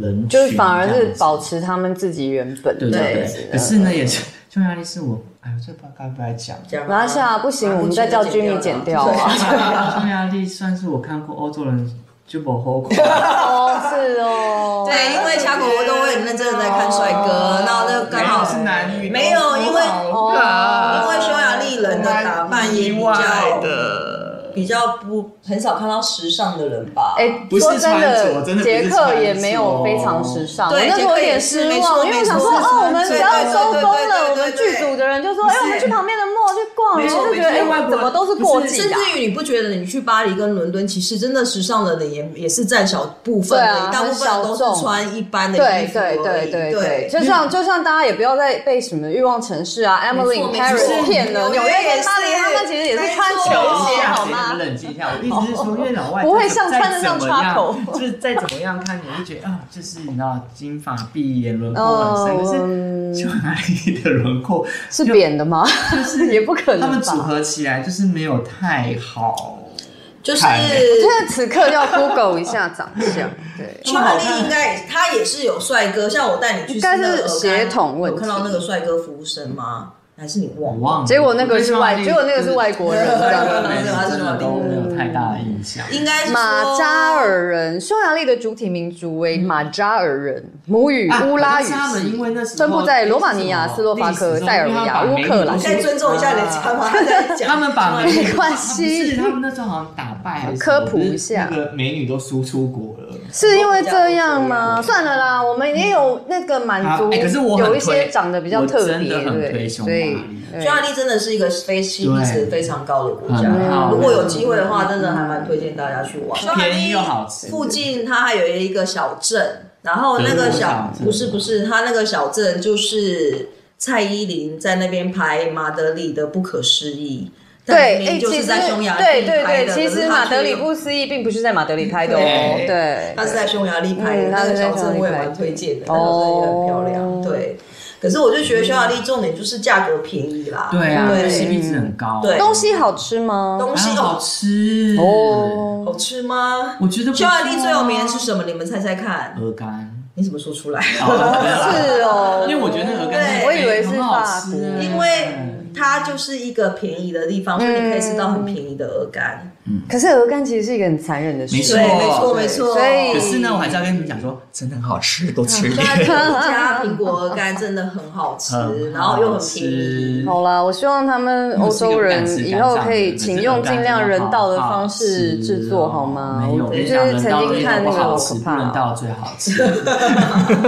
[SPEAKER 2] 人群，
[SPEAKER 3] 就是反而
[SPEAKER 2] 这
[SPEAKER 3] 是
[SPEAKER 2] 样子
[SPEAKER 3] 保持他们自己原本
[SPEAKER 2] 对
[SPEAKER 3] 这
[SPEAKER 2] 对
[SPEAKER 3] 样
[SPEAKER 4] 对
[SPEAKER 3] 子
[SPEAKER 2] 对。
[SPEAKER 3] 的
[SPEAKER 2] 可是呢，也是匈牙利是我，哎呦，这不知道该不该讲。
[SPEAKER 3] 拿下不
[SPEAKER 4] 啊
[SPEAKER 3] 行我们再叫 Jimmy 剪掉啊
[SPEAKER 2] 匈牙利算是我看过欧洲人就不后 悔。
[SPEAKER 3] 哦，是哦，
[SPEAKER 4] 对，因为掐狗活动我很认真的在看帅哥，那那刚好
[SPEAKER 2] 没有是男女都
[SPEAKER 4] 没有，因为
[SPEAKER 2] 好
[SPEAKER 3] 哦
[SPEAKER 4] 因为匈牙利人的打扮也比较的，比较不很少看到时尚的人吧。
[SPEAKER 3] 哎、
[SPEAKER 2] 不是
[SPEAKER 3] 说真
[SPEAKER 2] 穿着真的不是哦
[SPEAKER 3] 捷克也没有
[SPEAKER 2] 穿着
[SPEAKER 3] 非常时尚，我
[SPEAKER 4] 对
[SPEAKER 3] 那时候有点失
[SPEAKER 4] 捷克也是没
[SPEAKER 3] 望，
[SPEAKER 4] 错
[SPEAKER 3] 因为我想
[SPEAKER 4] 没
[SPEAKER 3] 说，
[SPEAKER 4] 错
[SPEAKER 3] 哦，我们只要收工了，我们
[SPEAKER 4] 对对对对
[SPEAKER 3] 剧
[SPEAKER 4] 对
[SPEAKER 3] 组的人就说，哎、我们去旁边的 mall 去逛，
[SPEAKER 4] 没
[SPEAKER 3] 然
[SPEAKER 4] 错
[SPEAKER 3] 后就觉得，
[SPEAKER 4] 没
[SPEAKER 3] 哎、
[SPEAKER 4] 错
[SPEAKER 3] 怎么都是过季
[SPEAKER 4] 甚
[SPEAKER 3] 的、
[SPEAKER 4] 至于你不觉得你去巴黎跟伦敦，其实真的时尚的人也也是占小部分
[SPEAKER 3] 对啊
[SPEAKER 4] 的，大部分人都
[SPEAKER 3] 很小
[SPEAKER 4] 是
[SPEAKER 3] 众
[SPEAKER 4] 穿一般的
[SPEAKER 3] 对
[SPEAKER 4] 衣服而
[SPEAKER 3] 对
[SPEAKER 4] 已。
[SPEAKER 3] 对对对，
[SPEAKER 4] 对，
[SPEAKER 3] 就像就像大家也不要再被什么欲望城市啊、Emily in
[SPEAKER 4] 没错没
[SPEAKER 3] Paris
[SPEAKER 4] 错
[SPEAKER 3] 骗了，纽
[SPEAKER 4] 纽约
[SPEAKER 3] 约
[SPEAKER 4] 也
[SPEAKER 3] 跟
[SPEAKER 4] 是
[SPEAKER 3] 巴黎他们其实也是穿
[SPEAKER 4] 没
[SPEAKER 3] 球
[SPEAKER 4] 错
[SPEAKER 3] 鞋哦好
[SPEAKER 2] 你
[SPEAKER 3] 吗？
[SPEAKER 2] 冷静一下，我哦一直是说，因为老外
[SPEAKER 3] 不会像穿得上插头
[SPEAKER 2] 再怎么样 就是再怎么样看，你会觉得啊，就是你知道金发碧眼，轮廓很深，可是匈牙利的轮廓
[SPEAKER 3] 哦嗯是
[SPEAKER 2] 就
[SPEAKER 3] 扁的吗？ 也不可
[SPEAKER 2] 他
[SPEAKER 3] 能
[SPEAKER 2] 们组
[SPEAKER 3] 吧。
[SPEAKER 2] 合起来就是没有太好。
[SPEAKER 4] 就是
[SPEAKER 2] 看欸
[SPEAKER 3] 现在此刻要 Google 一下长相， 对。
[SPEAKER 4] 匈牙利应该他也是有帅哥，像我带你去
[SPEAKER 3] 应
[SPEAKER 4] 斯
[SPEAKER 3] 该
[SPEAKER 4] 德
[SPEAKER 3] 是
[SPEAKER 4] 哥尔摩，
[SPEAKER 3] 血统问
[SPEAKER 4] 有
[SPEAKER 3] 题
[SPEAKER 4] 看到那个帅哥服务生吗？还是你
[SPEAKER 2] 我
[SPEAKER 4] 忘了？
[SPEAKER 2] 忘了，
[SPEAKER 3] 结果那个是外
[SPEAKER 2] 我对匈牙利
[SPEAKER 3] 结果那个是外国人
[SPEAKER 2] 对
[SPEAKER 4] 这样
[SPEAKER 2] 对对对真的都没有太大的印象。
[SPEAKER 3] 嗯
[SPEAKER 4] 应该是说
[SPEAKER 3] 马扎尔人，匈牙利的主体民族为马扎尔人，母语乌拉语
[SPEAKER 2] 啊他们因
[SPEAKER 3] 系，
[SPEAKER 2] 为那时候
[SPEAKER 3] 分布在罗马尼亚、
[SPEAKER 2] 是什么
[SPEAKER 3] 斯洛伐
[SPEAKER 2] 历
[SPEAKER 3] 克、
[SPEAKER 2] 史中
[SPEAKER 3] 塞尔维亚、乌克兰
[SPEAKER 2] 因为他们把美女都。
[SPEAKER 4] 再尊重一下人家 嘛，他
[SPEAKER 3] 啊
[SPEAKER 4] 在 讲
[SPEAKER 2] 他们把美女
[SPEAKER 3] 没关系
[SPEAKER 2] 不是他们那时候好像打败还是什么
[SPEAKER 3] 科普一下
[SPEAKER 2] 就是那个美女都输出国了。
[SPEAKER 3] 是因为这样吗？算了啦，我们也有那个满
[SPEAKER 2] 啊
[SPEAKER 3] 族，
[SPEAKER 2] 哎可是我很
[SPEAKER 3] 有一些长得比较特
[SPEAKER 2] 我真
[SPEAKER 3] 别，
[SPEAKER 2] 的很
[SPEAKER 3] 对，
[SPEAKER 2] 推崇
[SPEAKER 3] 所以
[SPEAKER 2] 匈牙利
[SPEAKER 3] 对
[SPEAKER 4] 匈牙利真的是一个非吸引力值非常高的国
[SPEAKER 2] 很
[SPEAKER 4] 家
[SPEAKER 2] 好，
[SPEAKER 4] 如果有机会的话，真的还蛮推荐大家去玩。匈
[SPEAKER 2] 嗯
[SPEAKER 4] 牙
[SPEAKER 2] 便宜
[SPEAKER 4] 利
[SPEAKER 2] 又好吃
[SPEAKER 4] 附近它还有一个小镇，然后那个
[SPEAKER 2] 德
[SPEAKER 4] 小
[SPEAKER 2] 国小镇
[SPEAKER 4] 不是不是，它那个小镇就是蔡依林在那边拍《马德里的不可思议》，但
[SPEAKER 3] 对，
[SPEAKER 4] 明
[SPEAKER 3] 哎，
[SPEAKER 4] 明就
[SPEAKER 3] 其
[SPEAKER 4] 是
[SPEAKER 3] 实
[SPEAKER 4] 在匈牙
[SPEAKER 3] 对
[SPEAKER 4] 利
[SPEAKER 3] 对
[SPEAKER 4] 拍的，
[SPEAKER 3] 对，其
[SPEAKER 4] 可
[SPEAKER 3] 实
[SPEAKER 4] 是它
[SPEAKER 3] 马德里
[SPEAKER 4] 却
[SPEAKER 3] 不思议并不是在马德里拍的哦，
[SPEAKER 2] 对
[SPEAKER 3] 对，
[SPEAKER 4] 他是在匈牙利拍的，
[SPEAKER 3] 嗯
[SPEAKER 4] 那个小镇我
[SPEAKER 3] 他是在匈牙利拍
[SPEAKER 4] 也
[SPEAKER 3] 的
[SPEAKER 4] 蛮推荐的，那个小镇也很漂
[SPEAKER 3] 哦
[SPEAKER 4] 亮。对，可是我就觉得匈牙利重点就是价格便宜啦，
[SPEAKER 2] 对啊
[SPEAKER 4] 对，
[SPEAKER 2] ，CP 值很高。
[SPEAKER 4] 对
[SPEAKER 3] 东西好吃吗？
[SPEAKER 4] 东
[SPEAKER 2] 还
[SPEAKER 4] 西
[SPEAKER 2] 好
[SPEAKER 4] 好
[SPEAKER 2] 吃。
[SPEAKER 3] 哦
[SPEAKER 4] 好吃吗？
[SPEAKER 2] 我觉得不错
[SPEAKER 4] 匈
[SPEAKER 2] 啊
[SPEAKER 4] 牙利最有名的是什么？你们猜猜看，
[SPEAKER 2] 鹅 肝，
[SPEAKER 4] 你怎么说出来？
[SPEAKER 3] 是哦，
[SPEAKER 2] 因为我觉得那鹅肝是哎
[SPEAKER 4] 对
[SPEAKER 3] 我以为是
[SPEAKER 2] 很好吃
[SPEAKER 3] 法国
[SPEAKER 4] 因为它就是一个便宜的地方，所以你可以吃到很便宜的鹅肝。
[SPEAKER 3] 可是鹅肝其实是一个很残忍的
[SPEAKER 2] 嗯
[SPEAKER 3] 事
[SPEAKER 2] 没
[SPEAKER 3] 情，
[SPEAKER 2] 错
[SPEAKER 4] 对，没错没错。
[SPEAKER 3] 所以
[SPEAKER 2] 可是呢，我还是要跟你们讲说，真的很好吃，多吃一 点。
[SPEAKER 4] 他家苹果鹅肝真的很好吃， 然后嗯又很便宜。
[SPEAKER 3] 好啦，我希望他们欧洲人以后可以请用尽量人道的方式制作，好
[SPEAKER 2] 哦
[SPEAKER 3] 吗？
[SPEAKER 2] 没有，
[SPEAKER 3] 我
[SPEAKER 2] 我
[SPEAKER 3] 就
[SPEAKER 2] 跟你讲，人道的
[SPEAKER 3] 是曾经看那
[SPEAKER 2] 不
[SPEAKER 3] 个好
[SPEAKER 2] 好吃，
[SPEAKER 3] 可
[SPEAKER 2] 不
[SPEAKER 3] 怕
[SPEAKER 2] 人
[SPEAKER 3] 哦。
[SPEAKER 2] 道最好 吃。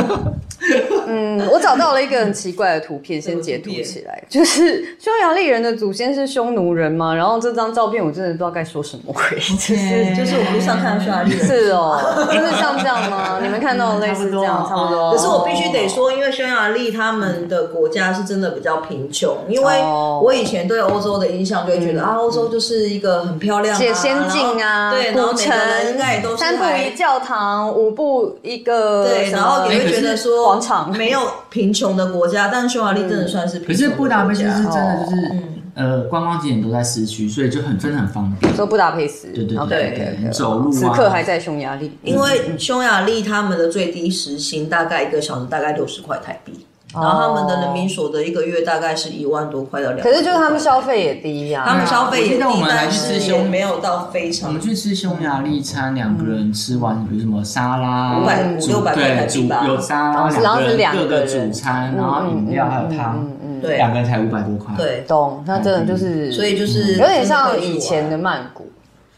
[SPEAKER 3] 嗯，我找到了一个很奇怪的图片，先截图起来。就是匈牙利人的祖先是匈奴人吗？然后这张照片我真的不知道该说什么鬼，
[SPEAKER 2] 嗯
[SPEAKER 4] 是，就是我们路上看到匈牙利人。
[SPEAKER 3] 是哦，就是像这样吗？你们看到的类似这样，
[SPEAKER 2] 差
[SPEAKER 3] 差
[SPEAKER 2] 不
[SPEAKER 3] 不
[SPEAKER 2] 多
[SPEAKER 3] 多。
[SPEAKER 4] 可是我必须得
[SPEAKER 3] 哦
[SPEAKER 4] 说，因为匈牙利他们的国家是真的比较贫穷，因为
[SPEAKER 3] 哦
[SPEAKER 4] 我以前对欧洲的印象就会觉得、啊，欧洲就是一个很漂亮、啊、
[SPEAKER 3] 且先进啊，
[SPEAKER 4] 然后对，然后
[SPEAKER 3] 古
[SPEAKER 4] 每个人应该也都
[SPEAKER 3] 城，
[SPEAKER 4] 是
[SPEAKER 3] 三步
[SPEAKER 4] 还
[SPEAKER 3] 一教堂，五步一个
[SPEAKER 4] 对，
[SPEAKER 3] 什么
[SPEAKER 4] 然后你
[SPEAKER 2] 可
[SPEAKER 4] 会
[SPEAKER 2] 是
[SPEAKER 4] 觉得说
[SPEAKER 3] 广场嗯
[SPEAKER 4] 没有贫穷的国家，但匈牙利真的算是
[SPEAKER 2] 可
[SPEAKER 4] 贫穷
[SPEAKER 2] 是
[SPEAKER 4] 的
[SPEAKER 2] 布达佩
[SPEAKER 4] 国
[SPEAKER 2] 斯
[SPEAKER 4] 家
[SPEAKER 2] 是真的就是，呃，观光景点都在市区，所以就很真的很方便。
[SPEAKER 3] 说布达佩斯，
[SPEAKER 2] 对对
[SPEAKER 3] 哦
[SPEAKER 2] 对
[SPEAKER 3] 对
[SPEAKER 2] 对走路啊
[SPEAKER 3] 此刻还在匈牙利，
[SPEAKER 4] 因为匈牙利他们的最低时薪大概一个小时大概六十块台币，
[SPEAKER 3] 哦
[SPEAKER 4] 然后他们的人民所得一个月大概是一万多块到两。
[SPEAKER 3] 可是就是他们消费也低呀、
[SPEAKER 4] 他们消费也
[SPEAKER 2] 我记
[SPEAKER 4] 低
[SPEAKER 2] 得我，们还
[SPEAKER 4] 但
[SPEAKER 2] 去吃
[SPEAKER 4] 是
[SPEAKER 2] 匈
[SPEAKER 4] 也没有到非
[SPEAKER 2] 我
[SPEAKER 4] 常
[SPEAKER 2] 们。去吃匈牙利餐，两个
[SPEAKER 3] 嗯
[SPEAKER 2] 人吃完，比如什么沙拉，
[SPEAKER 4] 五百五
[SPEAKER 2] 煮
[SPEAKER 4] 六百块
[SPEAKER 2] 对，
[SPEAKER 4] 台
[SPEAKER 2] 煮
[SPEAKER 4] 币吧
[SPEAKER 2] 有沙拉，
[SPEAKER 3] 然后是
[SPEAKER 2] 两个人
[SPEAKER 3] 两个
[SPEAKER 2] 各个
[SPEAKER 3] 人嗯
[SPEAKER 2] 主餐，然后饮料还有汤，
[SPEAKER 4] 对
[SPEAKER 2] 两个人才五百多块。，
[SPEAKER 4] 对，
[SPEAKER 3] 懂？那真的就是，
[SPEAKER 4] 所以就是
[SPEAKER 3] 有点像以前的曼谷，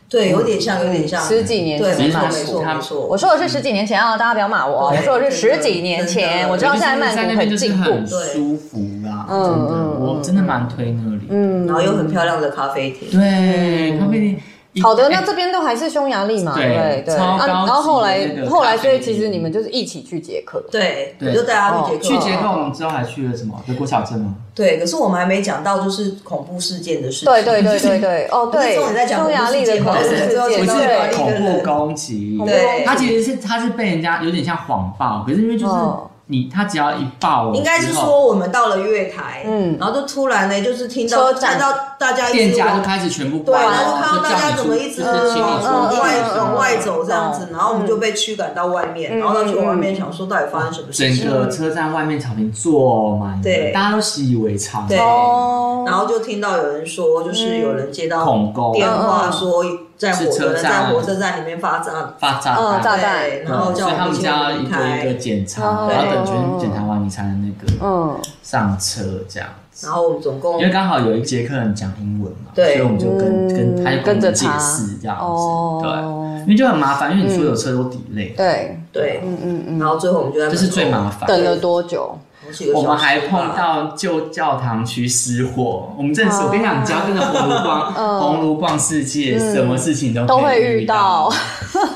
[SPEAKER 4] 对，有点像，有点像。
[SPEAKER 3] 十几年
[SPEAKER 4] 对，
[SPEAKER 3] 前
[SPEAKER 4] 没
[SPEAKER 3] 吧嗯
[SPEAKER 4] 错，
[SPEAKER 2] 是
[SPEAKER 4] 没错，
[SPEAKER 2] 他
[SPEAKER 4] 没错。
[SPEAKER 3] 我说的是十几年前啊，大家不要骂我啊！
[SPEAKER 4] 对
[SPEAKER 3] 我说的是十几年
[SPEAKER 4] 真
[SPEAKER 3] 前，
[SPEAKER 4] 的
[SPEAKER 3] 我知道现在曼
[SPEAKER 2] 在那
[SPEAKER 3] 谷
[SPEAKER 2] 边就是
[SPEAKER 3] 进步。
[SPEAKER 2] 很
[SPEAKER 4] 对
[SPEAKER 2] 舒服啦，真
[SPEAKER 3] 嗯
[SPEAKER 2] 的，
[SPEAKER 3] 嗯
[SPEAKER 2] 我真的蛮推那里。嗯，
[SPEAKER 4] 然后又很漂亮的咖啡
[SPEAKER 3] 嗯
[SPEAKER 4] 厅，
[SPEAKER 2] 对，咖啡店。
[SPEAKER 3] 好的，那
[SPEAKER 2] 哎
[SPEAKER 3] 这边都还是匈牙利嘛，
[SPEAKER 2] 对
[SPEAKER 3] 对对。
[SPEAKER 2] 超高
[SPEAKER 3] 啊
[SPEAKER 2] 级
[SPEAKER 3] 然后后来
[SPEAKER 2] 的那个
[SPEAKER 3] 后来，
[SPEAKER 2] 咖啡
[SPEAKER 3] 所以其实
[SPEAKER 2] 厅
[SPEAKER 3] 你们就是一起去捷克。
[SPEAKER 4] 对，
[SPEAKER 2] 对
[SPEAKER 4] 我就带他
[SPEAKER 3] 哦
[SPEAKER 4] 去捷克。
[SPEAKER 2] 去捷克，我们之后还去了什么？德国小镇吗？
[SPEAKER 4] 对，可是我们还没讲到就是恐怖事件的事情。
[SPEAKER 3] 对对对对对，哦
[SPEAKER 4] 不是
[SPEAKER 3] 对
[SPEAKER 4] 重点在，讲
[SPEAKER 3] 匈牙利的恐怖
[SPEAKER 4] 恐怖
[SPEAKER 3] 事
[SPEAKER 4] 事件
[SPEAKER 3] 件，
[SPEAKER 4] 嘛
[SPEAKER 2] 不
[SPEAKER 4] 对
[SPEAKER 3] 对
[SPEAKER 2] 是。恐怖攻击，
[SPEAKER 4] 对
[SPEAKER 2] 他其实是他是被人家有点像谎报，可是因为就是
[SPEAKER 3] 哦
[SPEAKER 2] 你他只要一报，
[SPEAKER 4] 应该是
[SPEAKER 2] 之后
[SPEAKER 4] 说我们到了月台，
[SPEAKER 3] 嗯
[SPEAKER 4] 嗯，然后就突然呢，就是听到
[SPEAKER 3] 车站
[SPEAKER 4] 看到大家一直
[SPEAKER 2] 店家
[SPEAKER 4] 往
[SPEAKER 2] 就开始全部
[SPEAKER 4] 对，
[SPEAKER 2] 关
[SPEAKER 4] 然
[SPEAKER 2] 了
[SPEAKER 4] 后就看到大家怎么一直
[SPEAKER 2] 就叫你出就是请你
[SPEAKER 3] 嗯
[SPEAKER 2] 出
[SPEAKER 4] 往
[SPEAKER 2] 去
[SPEAKER 4] 外
[SPEAKER 3] 嗯嗯
[SPEAKER 4] 往外走这样
[SPEAKER 3] 嗯
[SPEAKER 4] 子，然后我们就被驱赶到外面，然后到去外面想说到底发生什么事
[SPEAKER 2] 整
[SPEAKER 4] 情，
[SPEAKER 2] 个车站外面草坪坐满
[SPEAKER 4] 对
[SPEAKER 2] 人，大家都习以为常。
[SPEAKER 4] 对
[SPEAKER 3] 哦
[SPEAKER 4] 然后就听到有人说，就是有人接到
[SPEAKER 2] 嗯恐攻
[SPEAKER 4] 电话说在火
[SPEAKER 2] 是车
[SPEAKER 4] 有人在
[SPEAKER 2] 站
[SPEAKER 4] 火车站里面发炸，
[SPEAKER 2] 发炸
[SPEAKER 3] 嗯炸
[SPEAKER 2] 弹，
[SPEAKER 3] 弹
[SPEAKER 4] 对，
[SPEAKER 2] 对
[SPEAKER 4] 然后叫
[SPEAKER 2] 所以他
[SPEAKER 4] 我
[SPEAKER 2] 们就
[SPEAKER 4] 尽
[SPEAKER 2] 要
[SPEAKER 4] 量
[SPEAKER 2] 一个
[SPEAKER 4] 离
[SPEAKER 2] 一个
[SPEAKER 4] 开，
[SPEAKER 2] 检
[SPEAKER 3] 哦
[SPEAKER 2] 查，然后等全检查完你才能那个
[SPEAKER 3] 嗯，
[SPEAKER 2] 上车这样子。
[SPEAKER 4] 然后我们总共
[SPEAKER 2] 因为刚好有一节课人讲英文嘛，所
[SPEAKER 4] 对
[SPEAKER 2] 以我们就跟跟他就跟
[SPEAKER 3] 嗯跟
[SPEAKER 2] 我
[SPEAKER 3] 着
[SPEAKER 2] 们解
[SPEAKER 3] 他
[SPEAKER 2] 释这样
[SPEAKER 3] 哦嗯
[SPEAKER 2] 子，对，因为就很麻烦，因为你所有车都 delay，
[SPEAKER 3] 对，
[SPEAKER 4] 对，
[SPEAKER 3] 嗯
[SPEAKER 4] 然后最后我们就在
[SPEAKER 2] 这是最麻烦。
[SPEAKER 3] 等了多久？
[SPEAKER 4] 好几个小
[SPEAKER 2] 我
[SPEAKER 4] 时吧
[SPEAKER 2] 们还碰到旧教堂区失火，我们真的
[SPEAKER 3] 哦
[SPEAKER 2] 是，我跟你讲，你只要跟着红炉逛， 红炉逛世界，什么事情都
[SPEAKER 3] 嗯都
[SPEAKER 2] 可
[SPEAKER 3] 会
[SPEAKER 2] 以
[SPEAKER 3] 遇
[SPEAKER 2] 遇
[SPEAKER 3] 到。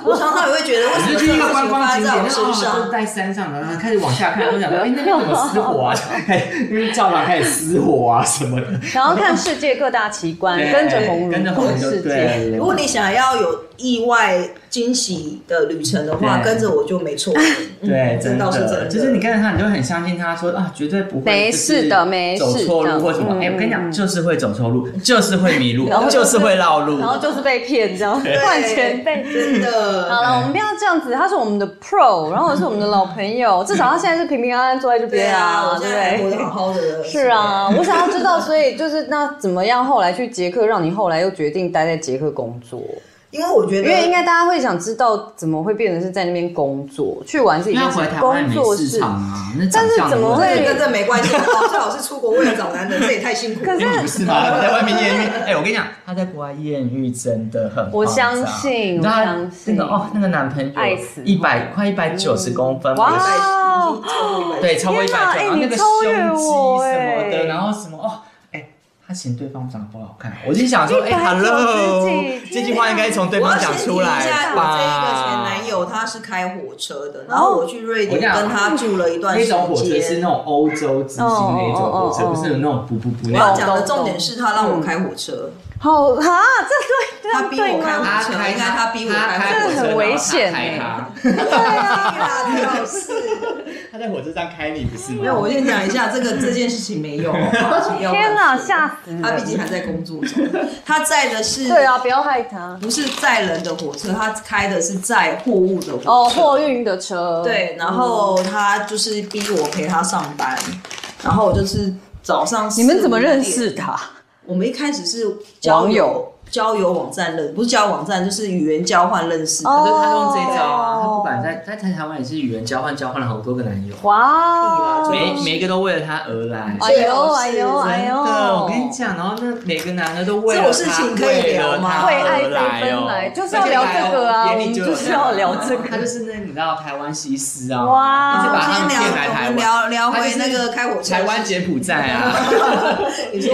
[SPEAKER 4] 我常常也会觉得，为
[SPEAKER 2] 我
[SPEAKER 4] 什
[SPEAKER 2] 就
[SPEAKER 4] 么
[SPEAKER 2] 去
[SPEAKER 4] 这
[SPEAKER 2] 一
[SPEAKER 4] 个
[SPEAKER 2] 个观
[SPEAKER 4] 事情
[SPEAKER 2] 光
[SPEAKER 4] 发
[SPEAKER 2] 景点，
[SPEAKER 4] 在
[SPEAKER 2] 啊
[SPEAKER 4] 我
[SPEAKER 2] 然后
[SPEAKER 4] 身
[SPEAKER 3] 啊
[SPEAKER 2] 我就
[SPEAKER 4] 上？
[SPEAKER 2] 在山上，然后开始往下看，我想 说，哎，那边怎么失火啊？开始因为教堂开始失火啊什么的，
[SPEAKER 3] 然后看世界各大奇观，
[SPEAKER 2] 对
[SPEAKER 3] 哎跟着红
[SPEAKER 2] 跟着红
[SPEAKER 3] 看
[SPEAKER 2] 就
[SPEAKER 3] 世界。
[SPEAKER 2] 对。
[SPEAKER 4] 如果你想要有意外惊喜的旅程的话，
[SPEAKER 2] 对
[SPEAKER 4] 跟着我就没错。
[SPEAKER 2] 对，
[SPEAKER 4] 嗯
[SPEAKER 2] 真
[SPEAKER 4] 这倒是真
[SPEAKER 2] 的，
[SPEAKER 4] 的，
[SPEAKER 2] 就是你跟着他，你就很相信他说啊，绝对不会，
[SPEAKER 3] 没事的
[SPEAKER 2] 就是
[SPEAKER 3] 没事
[SPEAKER 2] 走错
[SPEAKER 3] 这样
[SPEAKER 2] 路或什么。
[SPEAKER 3] 嗯
[SPEAKER 2] 哎，我跟你讲，就是会走错路，就是会迷路
[SPEAKER 3] 然后，
[SPEAKER 2] 就是会绕路，
[SPEAKER 3] 然后就是被骗，这样
[SPEAKER 4] 对
[SPEAKER 3] 换钱被。
[SPEAKER 4] 真
[SPEAKER 3] 好
[SPEAKER 4] 的。
[SPEAKER 3] 了，我们不要这样子。他是我们的 pro，然后是我们的老朋友，至少他现在是平平安安坐在这
[SPEAKER 4] 对
[SPEAKER 3] 边
[SPEAKER 4] 啊，
[SPEAKER 3] 啊，
[SPEAKER 4] 我现
[SPEAKER 3] 对
[SPEAKER 4] 在还
[SPEAKER 3] 不
[SPEAKER 4] 活
[SPEAKER 3] 对
[SPEAKER 4] 得？好好的。
[SPEAKER 3] 是，啊，我想要知道，所以就是那怎么样？后来去捷克，让你后来又决定待在捷克工作，
[SPEAKER 4] 因为我觉
[SPEAKER 3] 因
[SPEAKER 4] 得，
[SPEAKER 3] 为应该大家会想知道，怎么会变成是在那边工作？去玩是一
[SPEAKER 2] 因为
[SPEAKER 3] 件
[SPEAKER 2] 他
[SPEAKER 3] 事
[SPEAKER 2] 回，台湾也
[SPEAKER 3] 工
[SPEAKER 2] 没
[SPEAKER 3] 作
[SPEAKER 2] 市
[SPEAKER 3] 是。
[SPEAKER 2] 场啊，那
[SPEAKER 3] 但
[SPEAKER 2] 长
[SPEAKER 3] 是
[SPEAKER 2] 相的
[SPEAKER 3] 怎么
[SPEAKER 2] 问题
[SPEAKER 3] 会
[SPEAKER 4] 这跟这没关系。哦最好是出国为了找男人，这也太辛苦。
[SPEAKER 3] 可
[SPEAKER 4] 了。
[SPEAKER 3] 是
[SPEAKER 2] 因为你不是吗？ 你在外面艳遇，哎、我跟你讲，他在国外艳遇真的很夸张，
[SPEAKER 3] 我相信
[SPEAKER 2] 你知道他
[SPEAKER 3] 我相信
[SPEAKER 2] 那个哦，那个男朋友
[SPEAKER 3] 爱死嗯
[SPEAKER 2] 一百快一百九十公分，
[SPEAKER 3] 哇
[SPEAKER 4] 嗯
[SPEAKER 2] 我
[SPEAKER 3] 啊
[SPEAKER 4] 对
[SPEAKER 2] 对，超过一
[SPEAKER 3] 天哪
[SPEAKER 2] 百九，然后那
[SPEAKER 3] 哎
[SPEAKER 2] 个
[SPEAKER 3] 你
[SPEAKER 2] 胸
[SPEAKER 3] 超
[SPEAKER 2] 肌
[SPEAKER 3] 越
[SPEAKER 2] 什
[SPEAKER 3] 我
[SPEAKER 2] 么
[SPEAKER 3] 哎
[SPEAKER 2] 的，然后什么哦，哎、他嫌对方长得不好看，我就想说，哎、
[SPEAKER 3] 190
[SPEAKER 2] h e l l o
[SPEAKER 3] 天哪
[SPEAKER 2] 这句话应该从对
[SPEAKER 4] 我要
[SPEAKER 2] 方
[SPEAKER 4] 先
[SPEAKER 2] 讲
[SPEAKER 4] 提
[SPEAKER 2] 出
[SPEAKER 4] 一
[SPEAKER 2] 来
[SPEAKER 4] 下，我这一个前
[SPEAKER 2] 吧。
[SPEAKER 4] 男友他是开火车的，然后
[SPEAKER 3] 哦
[SPEAKER 4] 我去瑞
[SPEAKER 2] 我跟
[SPEAKER 4] 典
[SPEAKER 2] 你讲
[SPEAKER 4] 跟他住了一段
[SPEAKER 2] 那
[SPEAKER 4] 时
[SPEAKER 2] 种火车是
[SPEAKER 4] 间
[SPEAKER 2] 那。种欧洲之星那一种火车，
[SPEAKER 3] 哦哦哦哦
[SPEAKER 2] 不是有那种不不不
[SPEAKER 4] 我
[SPEAKER 2] 那
[SPEAKER 4] 要
[SPEAKER 2] 种。
[SPEAKER 4] 讲的重点是他
[SPEAKER 3] 嗯
[SPEAKER 4] 让我开火车，
[SPEAKER 3] 好啊，这对
[SPEAKER 4] 他
[SPEAKER 3] 这
[SPEAKER 4] 逼
[SPEAKER 3] 对
[SPEAKER 4] 我开
[SPEAKER 3] 吗？
[SPEAKER 4] 门
[SPEAKER 2] 开
[SPEAKER 4] 应该他逼我
[SPEAKER 2] 他
[SPEAKER 4] 开
[SPEAKER 2] 开火
[SPEAKER 3] 车
[SPEAKER 4] 火
[SPEAKER 2] 车，
[SPEAKER 3] 这很危险
[SPEAKER 2] 然后他开
[SPEAKER 3] 哎
[SPEAKER 2] 他
[SPEAKER 4] 对 啊，就是。
[SPEAKER 2] 他在火车上开你不是吗？
[SPEAKER 4] 没有，我先讲一下这个这件事情没有。哦天
[SPEAKER 3] 天哪，吓死
[SPEAKER 4] 他
[SPEAKER 3] 人！
[SPEAKER 4] 毕竟还在工作中，他载的是
[SPEAKER 3] 对啊，不要害他
[SPEAKER 4] 不是载人的火车，他开的是载货物的火车。
[SPEAKER 3] 哦，货运的车嗯
[SPEAKER 4] 对，然后他就是逼我陪他上班，然后我就是早上
[SPEAKER 3] 你们怎么
[SPEAKER 4] 4-5点
[SPEAKER 3] 认识？的？啊
[SPEAKER 4] 我们一开始是交
[SPEAKER 3] 网友
[SPEAKER 4] 交友网站认，不是交友网站，就是语言交换认识的。
[SPEAKER 3] 哦
[SPEAKER 2] 可是他用这一招啊，他不管在在在台湾也是语言交换，交换了好多个男友，
[SPEAKER 3] 哇哦
[SPEAKER 4] 屁啦
[SPEAKER 2] 每每一个都为了他而来。
[SPEAKER 3] 哎呦哎呦哎
[SPEAKER 2] 真
[SPEAKER 3] 呦！
[SPEAKER 2] 的，我跟你讲，然后那每个男的都为了他
[SPEAKER 4] 这种事情可以聊吗
[SPEAKER 3] 为爱
[SPEAKER 2] 哦
[SPEAKER 3] 飞奔来，就是要聊这个啊，我们就是要聊这
[SPEAKER 2] 他
[SPEAKER 3] 个。
[SPEAKER 2] 就是那你知道台湾西施啊，
[SPEAKER 3] 哇
[SPEAKER 2] 一直把他
[SPEAKER 4] 先
[SPEAKER 2] 们
[SPEAKER 4] 聊，
[SPEAKER 2] 骗来台
[SPEAKER 4] 我们
[SPEAKER 2] 湾，
[SPEAKER 4] 聊聊
[SPEAKER 2] 他就
[SPEAKER 4] 回
[SPEAKER 2] 是
[SPEAKER 4] 那个开火车的事情。
[SPEAKER 2] 台湾柬埔寨 啊，
[SPEAKER 4] 你说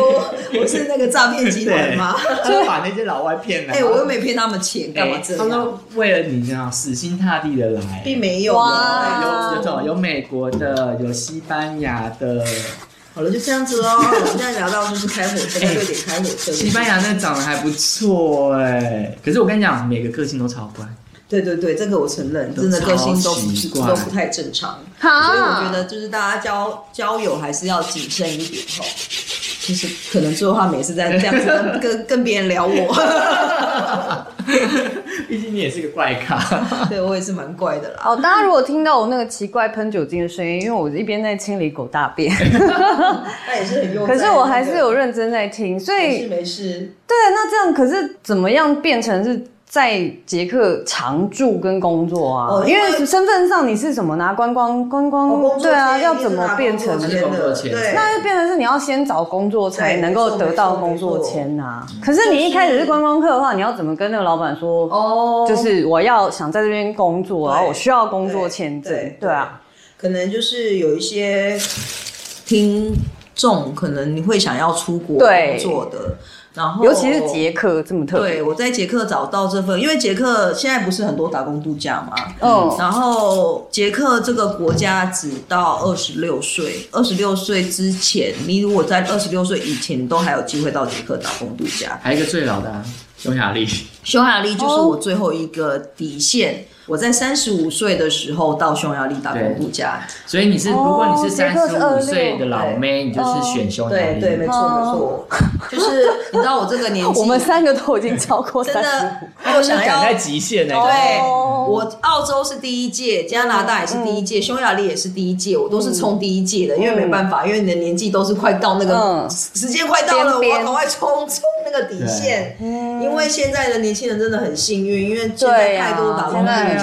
[SPEAKER 4] 我是那个诈骗集团 吗？
[SPEAKER 2] 他就把那些老外骗来。
[SPEAKER 4] 哎、我又没骗他们钱，干嘛这
[SPEAKER 2] 哎他们
[SPEAKER 4] 样？
[SPEAKER 2] 都为了你这样死心塌地的来，
[SPEAKER 4] 并没有
[SPEAKER 3] 哇
[SPEAKER 4] 啊。
[SPEAKER 2] 哎有有种有美国的，有西班牙的，
[SPEAKER 4] 好了，就这样子喽。我们现在聊到就是开火车，
[SPEAKER 2] 哎
[SPEAKER 4] 在瑞典开火车。
[SPEAKER 2] 西班牙那长得还不错哎、可是我跟你讲，每个个性都超乖，
[SPEAKER 4] 对对对，这个我承认，真的个性都不是
[SPEAKER 2] 超奇怪
[SPEAKER 4] 都不太正常。
[SPEAKER 3] 啊
[SPEAKER 4] 所以我觉得就是大家交交友还是要谨慎一点哦。就是可能最后他每次在这样子 跟跟跟别人聊我，
[SPEAKER 2] 毕竟你也是个怪咖。
[SPEAKER 4] 对我也是蛮怪的啦。
[SPEAKER 3] 哦，大家如果听到我那个奇怪喷酒精的声音，因为我一边在清理狗大 便，
[SPEAKER 4] 那也是很用，
[SPEAKER 3] 可是嗯我还是有认真在听，所
[SPEAKER 4] 没
[SPEAKER 3] 以啊
[SPEAKER 4] 事没事。
[SPEAKER 3] 对，那这样可是怎么样变成是在捷克常住跟工作啊，因为身份上你是什么拿观光观光对啊，要怎么变成？
[SPEAKER 2] 是工作签
[SPEAKER 4] 对，
[SPEAKER 3] 那就变成是你要先找工作才能够得到工作签呐。可是你一开嗯始是观光客的话，你要怎么跟那个老板说？
[SPEAKER 4] 哦，
[SPEAKER 3] 就是我要想在这边工作，然后我需要工作签证，对啊，
[SPEAKER 4] 可能就是有一些听众可能你会想要出国工作的。然后，
[SPEAKER 3] 尤其是捷克这么特
[SPEAKER 4] 别。对，我在捷克找到这份，因为捷克现在不是很多打工度假嘛。
[SPEAKER 3] 哦
[SPEAKER 4] 嗯。然后，捷克这个国家只到二十六岁，二十六岁之前，你如果在二十六岁以前，都还有机会到捷克打工度假。
[SPEAKER 2] 还有一个最老的、啊，匈牙利。
[SPEAKER 4] 匈牙利就是
[SPEAKER 3] 哦
[SPEAKER 4] 我最后一个底线。哦我在三十五岁的时候到匈牙利打工度假，
[SPEAKER 2] 所以你是如果你是三十五岁的老妹，你就是选匈牙
[SPEAKER 4] 哦利。对对，没错没错，就是你知道我这个年纪，
[SPEAKER 3] 哦 我们三个都已经超过
[SPEAKER 4] 真的，
[SPEAKER 2] 我 想要在极限呢。
[SPEAKER 4] 对，
[SPEAKER 3] 哦
[SPEAKER 4] 我澳洲是第一届，加拿大也是第一
[SPEAKER 3] 嗯
[SPEAKER 4] 届，匈牙利也是第一届，我都是冲第一届的，因为没办法，因为你的年纪都是快到那
[SPEAKER 3] 嗯
[SPEAKER 4] 个时间快到了，我要赶快冲冲那个底线。
[SPEAKER 3] 嗯
[SPEAKER 4] 因为现在的年轻人真的很幸运，因为现在太多打工度。
[SPEAKER 3] 啊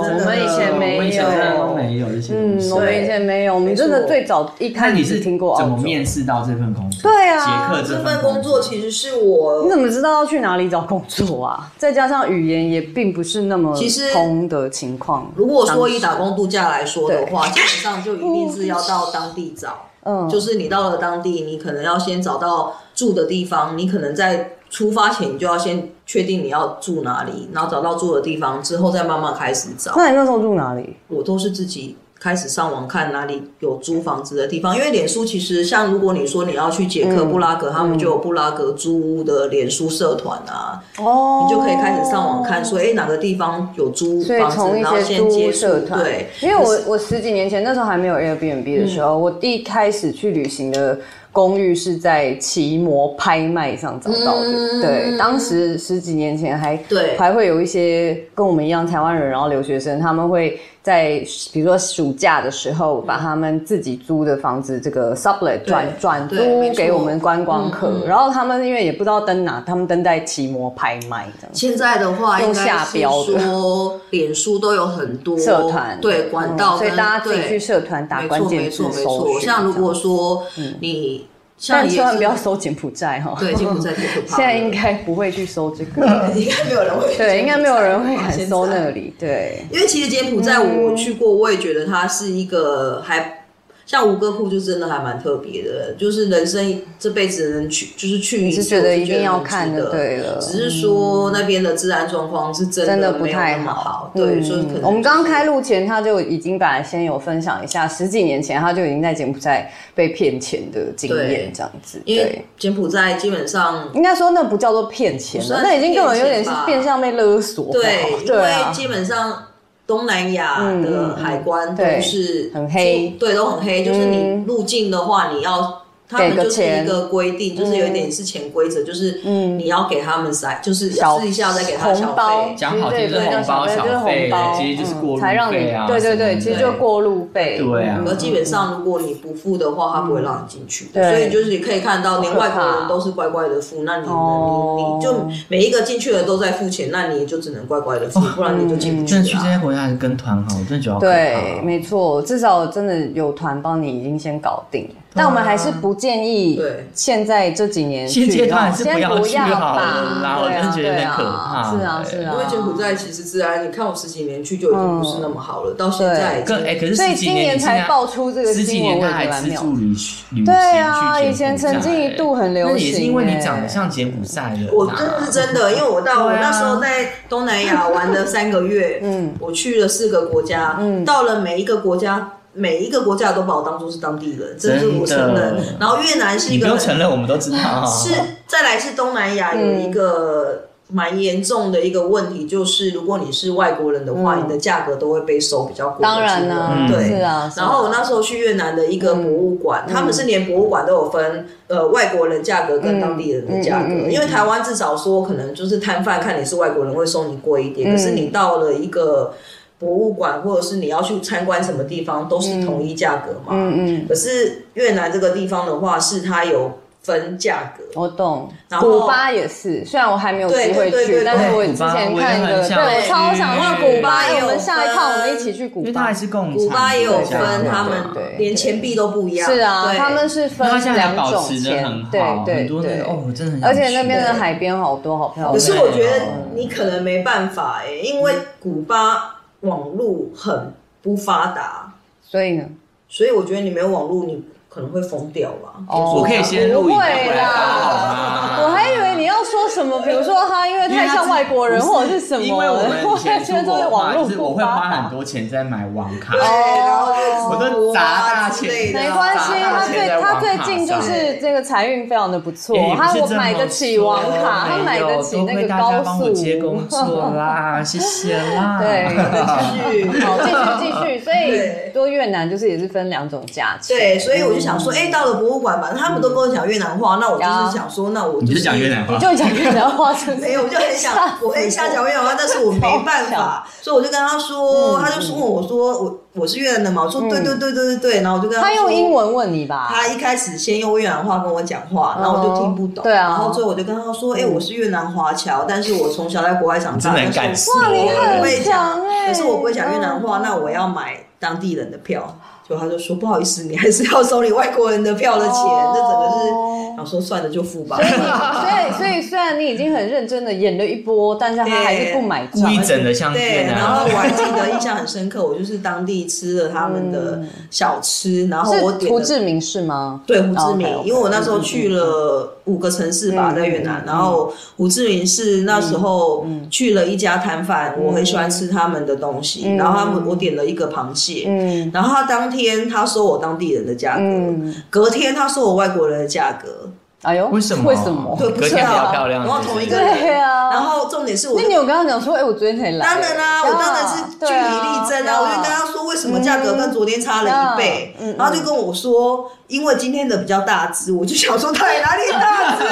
[SPEAKER 3] 我们以前没有，
[SPEAKER 2] 啊我以前都没有
[SPEAKER 3] 嗯，我们以前没有，我们真的最早一开始听过。
[SPEAKER 2] 怎么面试到这份工作？
[SPEAKER 3] 对啊，
[SPEAKER 2] 捷克
[SPEAKER 4] 这份工作其实是我。
[SPEAKER 3] 你怎么知道要去哪里找工作啊？再加上语言也并不是那么通的情况。
[SPEAKER 4] 如果说以打工度假来说的话，基本上就一定是要到当地找。嗯，就是你到了当地，你可能要先找到住的地方，你可能在。出发前你就要先确定你要住哪里，然后找到住的地方之后，再慢慢开始找。
[SPEAKER 3] 那你那时候住哪里？
[SPEAKER 4] 我都是自己开始上网看哪里有租房子的地方，因为脸书其实像如果你说你要去捷克、布拉格，他们就有布拉格租屋的脸书社团啊，
[SPEAKER 3] 哦，
[SPEAKER 4] 你就可以开始上网看说，哎，哪个地方有租房子，然后先接触。对，
[SPEAKER 3] 因
[SPEAKER 4] 嗯
[SPEAKER 3] 为我我十几年前那时候还没有 Airbnb 的时候，我一开始去旅行的。公寓是在奇摩拍卖上找到的，嗯、对，当时十几年前还
[SPEAKER 4] 对，
[SPEAKER 3] 还会有一些跟我们一样台湾人，然后留学生，他们会在比如说暑假的时候，
[SPEAKER 4] 嗯
[SPEAKER 3] 把他们自己租的房子这个 sublet 转转租给我们观光客，嗯嗯然后他们因为也不知道登哪，他们登在奇摩拍卖这样。
[SPEAKER 4] 现在的话，
[SPEAKER 3] 用下标
[SPEAKER 4] 的，说脸书都有很多
[SPEAKER 3] 社团，嗯
[SPEAKER 4] 对管道，
[SPEAKER 3] 所以大家自己去社团打关键字搜
[SPEAKER 4] 像如果说你。
[SPEAKER 3] 嗯但千万不要搜柬埔寨哈！
[SPEAKER 4] 对，柬埔寨太可怕。
[SPEAKER 3] 现在应该不会去搜这个，
[SPEAKER 4] 应该没有人会。
[SPEAKER 3] 对，应该没有人会敢搜那里。对，
[SPEAKER 4] 因为其实柬埔寨
[SPEAKER 3] 嗯
[SPEAKER 4] 我去过，我也觉得它是一个还像吴哥窟，就真的还蛮特别的，就是人生这辈子能去，就是去一次，
[SPEAKER 3] 觉得一定要看
[SPEAKER 4] 的，
[SPEAKER 3] 对了。嗯
[SPEAKER 4] 只是说那边的治安状况是
[SPEAKER 3] 真
[SPEAKER 4] 的
[SPEAKER 3] 不太
[SPEAKER 4] 好，对，所以可能
[SPEAKER 3] 嗯我们刚刚开录前他就已经本来先有分享一下，十几年前他就已经在柬埔寨被骗钱的经验，这样子。
[SPEAKER 4] 因为柬埔寨基本上
[SPEAKER 3] 应该说那不叫做骗钱了，那已经根本有点是变相被勒索。
[SPEAKER 4] 对，
[SPEAKER 3] 对
[SPEAKER 4] 啊，基本上。东南亚的海关都是
[SPEAKER 3] 很黑，
[SPEAKER 4] 对，都很黑。就是你入境的话，你要他们就是一个规定，就是有点是潜规则，就是你要给他们塞，就是试一下再给他小费。
[SPEAKER 2] 讲好听是红包小费，其实
[SPEAKER 3] 嗯
[SPEAKER 2] 就是过路费啊。
[SPEAKER 3] 对对对，其实就过路费。嗯
[SPEAKER 2] 对啊。
[SPEAKER 4] 而基本上，如果你不付的话，他不会让你进去的。所以就是你可以看到，连外国人都是乖乖的付。那你你你就每一个进去的都在付钱，那你就只能乖乖的付，不然你就进不去。
[SPEAKER 2] 真的去这些国家还是跟团好，啊我真的觉得哦
[SPEAKER 3] 对，没错，至少真的有团帮你已经先搞定。但我们还是
[SPEAKER 4] 啊
[SPEAKER 3] 不建议，现在这几年哦
[SPEAKER 2] 去，
[SPEAKER 3] 先
[SPEAKER 2] 不
[SPEAKER 3] 要
[SPEAKER 2] 去好
[SPEAKER 3] 了
[SPEAKER 2] 啦，我真觉得有点可怕。欸
[SPEAKER 3] 是啊是啊，
[SPEAKER 4] 因为柬埔寨其实治安，你看我十几年去就已经不
[SPEAKER 3] 嗯
[SPEAKER 4] 是那么好了，到现在
[SPEAKER 2] 更哎，可是
[SPEAKER 3] 所以今
[SPEAKER 2] 年
[SPEAKER 3] 才爆出这个
[SPEAKER 2] 十几
[SPEAKER 3] 年
[SPEAKER 2] 他还资助旅旅行
[SPEAKER 3] 对啊，以前曾经一度很流行，那欸
[SPEAKER 2] 也是因为你长得像柬埔寨人。
[SPEAKER 4] 我真是真的，因为我
[SPEAKER 3] 啊
[SPEAKER 4] 到我那时候在东南亚玩了三个月，嗯，我去了四个国家，嗯，到了每一个国家。每一个国家都把我当做是当地人，这是我承认。然后越南是一个
[SPEAKER 2] 不用承认，我们都知道、啊。
[SPEAKER 4] 是再来是东南亚有
[SPEAKER 3] 嗯
[SPEAKER 4] 一个蛮严重的一个问题，嗯、就是如果你是外国人的话，嗯、你的价格都会被收比较贵。
[SPEAKER 3] 当然啦、啊，
[SPEAKER 4] 对、
[SPEAKER 3] 嗯，是啊。是啊
[SPEAKER 4] 然后我那时候去越南的一个博物馆，他们是连博物馆都有分。呃，外国人价格跟当地人的价格，嗯嗯嗯、因为台湾至少说可能就是摊贩看你是外国人会收你贵一点，可是你到了一个。博物馆或者是你要去参观什么地方，都是统一价格嘛。
[SPEAKER 3] 嗯嗯。嗯
[SPEAKER 4] 可是越南这个地方的话，是它有分价格。
[SPEAKER 3] 我懂。
[SPEAKER 4] 后
[SPEAKER 3] 古巴也是，虽然我还没有机会
[SPEAKER 4] 对对
[SPEAKER 3] 去，
[SPEAKER 4] 对
[SPEAKER 3] 但是我之
[SPEAKER 2] 古巴
[SPEAKER 3] 前
[SPEAKER 2] 我也
[SPEAKER 3] 看一
[SPEAKER 2] 很
[SPEAKER 3] 个，
[SPEAKER 2] 想
[SPEAKER 3] 对我
[SPEAKER 2] 去
[SPEAKER 3] 超想去古巴。
[SPEAKER 4] 古巴
[SPEAKER 3] 我们下一趟我
[SPEAKER 4] 有分
[SPEAKER 3] 们一起去古
[SPEAKER 2] 因为它
[SPEAKER 3] 巴
[SPEAKER 2] 还。是共产
[SPEAKER 4] 古巴也有
[SPEAKER 2] 国家
[SPEAKER 4] 分，
[SPEAKER 2] 对
[SPEAKER 4] 他
[SPEAKER 3] 对
[SPEAKER 4] 们
[SPEAKER 3] 对
[SPEAKER 4] 连钱币都不一样。
[SPEAKER 3] 是啊，
[SPEAKER 4] 对
[SPEAKER 3] 他们是分
[SPEAKER 2] 它现在还
[SPEAKER 3] 两
[SPEAKER 2] 保
[SPEAKER 3] 种
[SPEAKER 2] 持得很
[SPEAKER 3] 钱，对
[SPEAKER 2] 好，
[SPEAKER 3] 对
[SPEAKER 2] 很多那
[SPEAKER 3] 对
[SPEAKER 2] 个，哦，我真的很想
[SPEAKER 3] 而且那
[SPEAKER 2] 去
[SPEAKER 3] 边的
[SPEAKER 2] 对
[SPEAKER 3] 海边好多好漂亮。
[SPEAKER 4] 可是我觉得
[SPEAKER 2] 哦
[SPEAKER 4] 你可能没办法哎、因为古巴网络很不发达，
[SPEAKER 3] 所以呢，
[SPEAKER 4] 所以我觉得你没有网络，你可能会疯掉吧。
[SPEAKER 3] 哦
[SPEAKER 2] 我可以先录影再回来发好吗？
[SPEAKER 3] 我还以为你要说什么，比如说他因为太像外国人或者是什么，
[SPEAKER 2] 因为我们以前出
[SPEAKER 3] 现在都
[SPEAKER 2] 国
[SPEAKER 3] 是
[SPEAKER 2] 的话
[SPEAKER 3] 网络
[SPEAKER 2] 就是我
[SPEAKER 3] 不
[SPEAKER 2] 会花
[SPEAKER 3] 发
[SPEAKER 2] 很
[SPEAKER 3] 达。
[SPEAKER 2] 多钱在买网卡。
[SPEAKER 4] 对，然后
[SPEAKER 3] 哦
[SPEAKER 4] 就
[SPEAKER 2] 我都砸大钱
[SPEAKER 3] 没关系，他最他最近就是这个财运非常的不错，他我买得起网卡，他买得起那个高速。
[SPEAKER 2] 接 工作啊啦，谢谢啦。
[SPEAKER 4] 去。
[SPEAKER 3] 好，继续继续，所以
[SPEAKER 4] 对
[SPEAKER 3] 多越南就是也是分两种价钱。
[SPEAKER 4] 对，所以我就想说，哎、到了博物馆吧，他们都跟我讲越南
[SPEAKER 3] 嗯
[SPEAKER 4] 话，那我就是想说，那我
[SPEAKER 2] 你
[SPEAKER 4] 就是
[SPEAKER 2] 讲越南话
[SPEAKER 3] 你？就讲越南话是不是
[SPEAKER 4] 没有，我就 很想，我很想讲越南话，但是我没办法，所以我就跟他
[SPEAKER 3] 嗯
[SPEAKER 4] 说，他就问我说，我我是越南的嘛，我说对对对对对对，然后我就跟
[SPEAKER 3] 他
[SPEAKER 4] 说
[SPEAKER 3] 用英，文问你吧？
[SPEAKER 4] 他一开始先用越南话跟我讲话，然后我就听不懂，
[SPEAKER 3] 哦对啊嗯
[SPEAKER 4] 然后最后我就跟他说，哎，我是越南华侨，但是我从小在国外长
[SPEAKER 2] 真
[SPEAKER 4] 大，
[SPEAKER 2] 的很
[SPEAKER 4] 但
[SPEAKER 2] 敢
[SPEAKER 4] 是
[SPEAKER 2] 说。
[SPEAKER 3] 你
[SPEAKER 4] 我不
[SPEAKER 3] 很
[SPEAKER 4] 会讲
[SPEAKER 3] 强欸，
[SPEAKER 4] 可是我不会讲越南话，
[SPEAKER 3] 嗯
[SPEAKER 4] 那我要买当地人的票，就他就说不好意思，你还是要收你外国人的票的钱，这整个
[SPEAKER 3] 哦
[SPEAKER 4] 是，然后说算了就付吧。
[SPEAKER 3] 所以，所以虽然你已经很认真的演了一波，但是他还是不买账
[SPEAKER 2] 故。意整的像越
[SPEAKER 4] 对，
[SPEAKER 2] 南
[SPEAKER 4] 然后我还记得印象很深刻，我就是当地吃了他们的小吃，然后我
[SPEAKER 3] 嗯是
[SPEAKER 4] 点
[SPEAKER 3] 胡
[SPEAKER 4] 了
[SPEAKER 3] 志明市吗？
[SPEAKER 4] 对胡志明，
[SPEAKER 3] OK，OK，
[SPEAKER 4] 因为我那时候去了五个城市吧，
[SPEAKER 3] 嗯嗯
[SPEAKER 4] 在越南，然后胡志明是那时候去了一家摊贩，我很喜欢吃他们的东西，然后他们我点了一个螃蟹，
[SPEAKER 3] 嗯
[SPEAKER 4] 然后他当天他收我当地人的价格，
[SPEAKER 3] 嗯，
[SPEAKER 4] 隔天他收我外国人的价格，
[SPEAKER 3] 哎呦，
[SPEAKER 2] 为什么？
[SPEAKER 3] 为什么？
[SPEAKER 4] 对，不
[SPEAKER 2] 隔
[SPEAKER 4] 是
[SPEAKER 2] 天比较
[SPEAKER 4] 啊，
[SPEAKER 2] 漂亮。
[SPEAKER 4] 然后同一个人，
[SPEAKER 3] 对啊，
[SPEAKER 4] 然后重点是我
[SPEAKER 3] 那
[SPEAKER 4] 的
[SPEAKER 3] 你有跟他讲说，哎，我昨天才来。
[SPEAKER 4] 当然啦、
[SPEAKER 3] 对啊
[SPEAKER 4] 我当然是据理力争
[SPEAKER 3] 对
[SPEAKER 4] 啊！我就跟他说为什么价格跟昨天差了一倍，
[SPEAKER 3] 嗯嗯嗯
[SPEAKER 4] 然后就跟我说，因为今天的比较大只，我就想说到底哪里大只，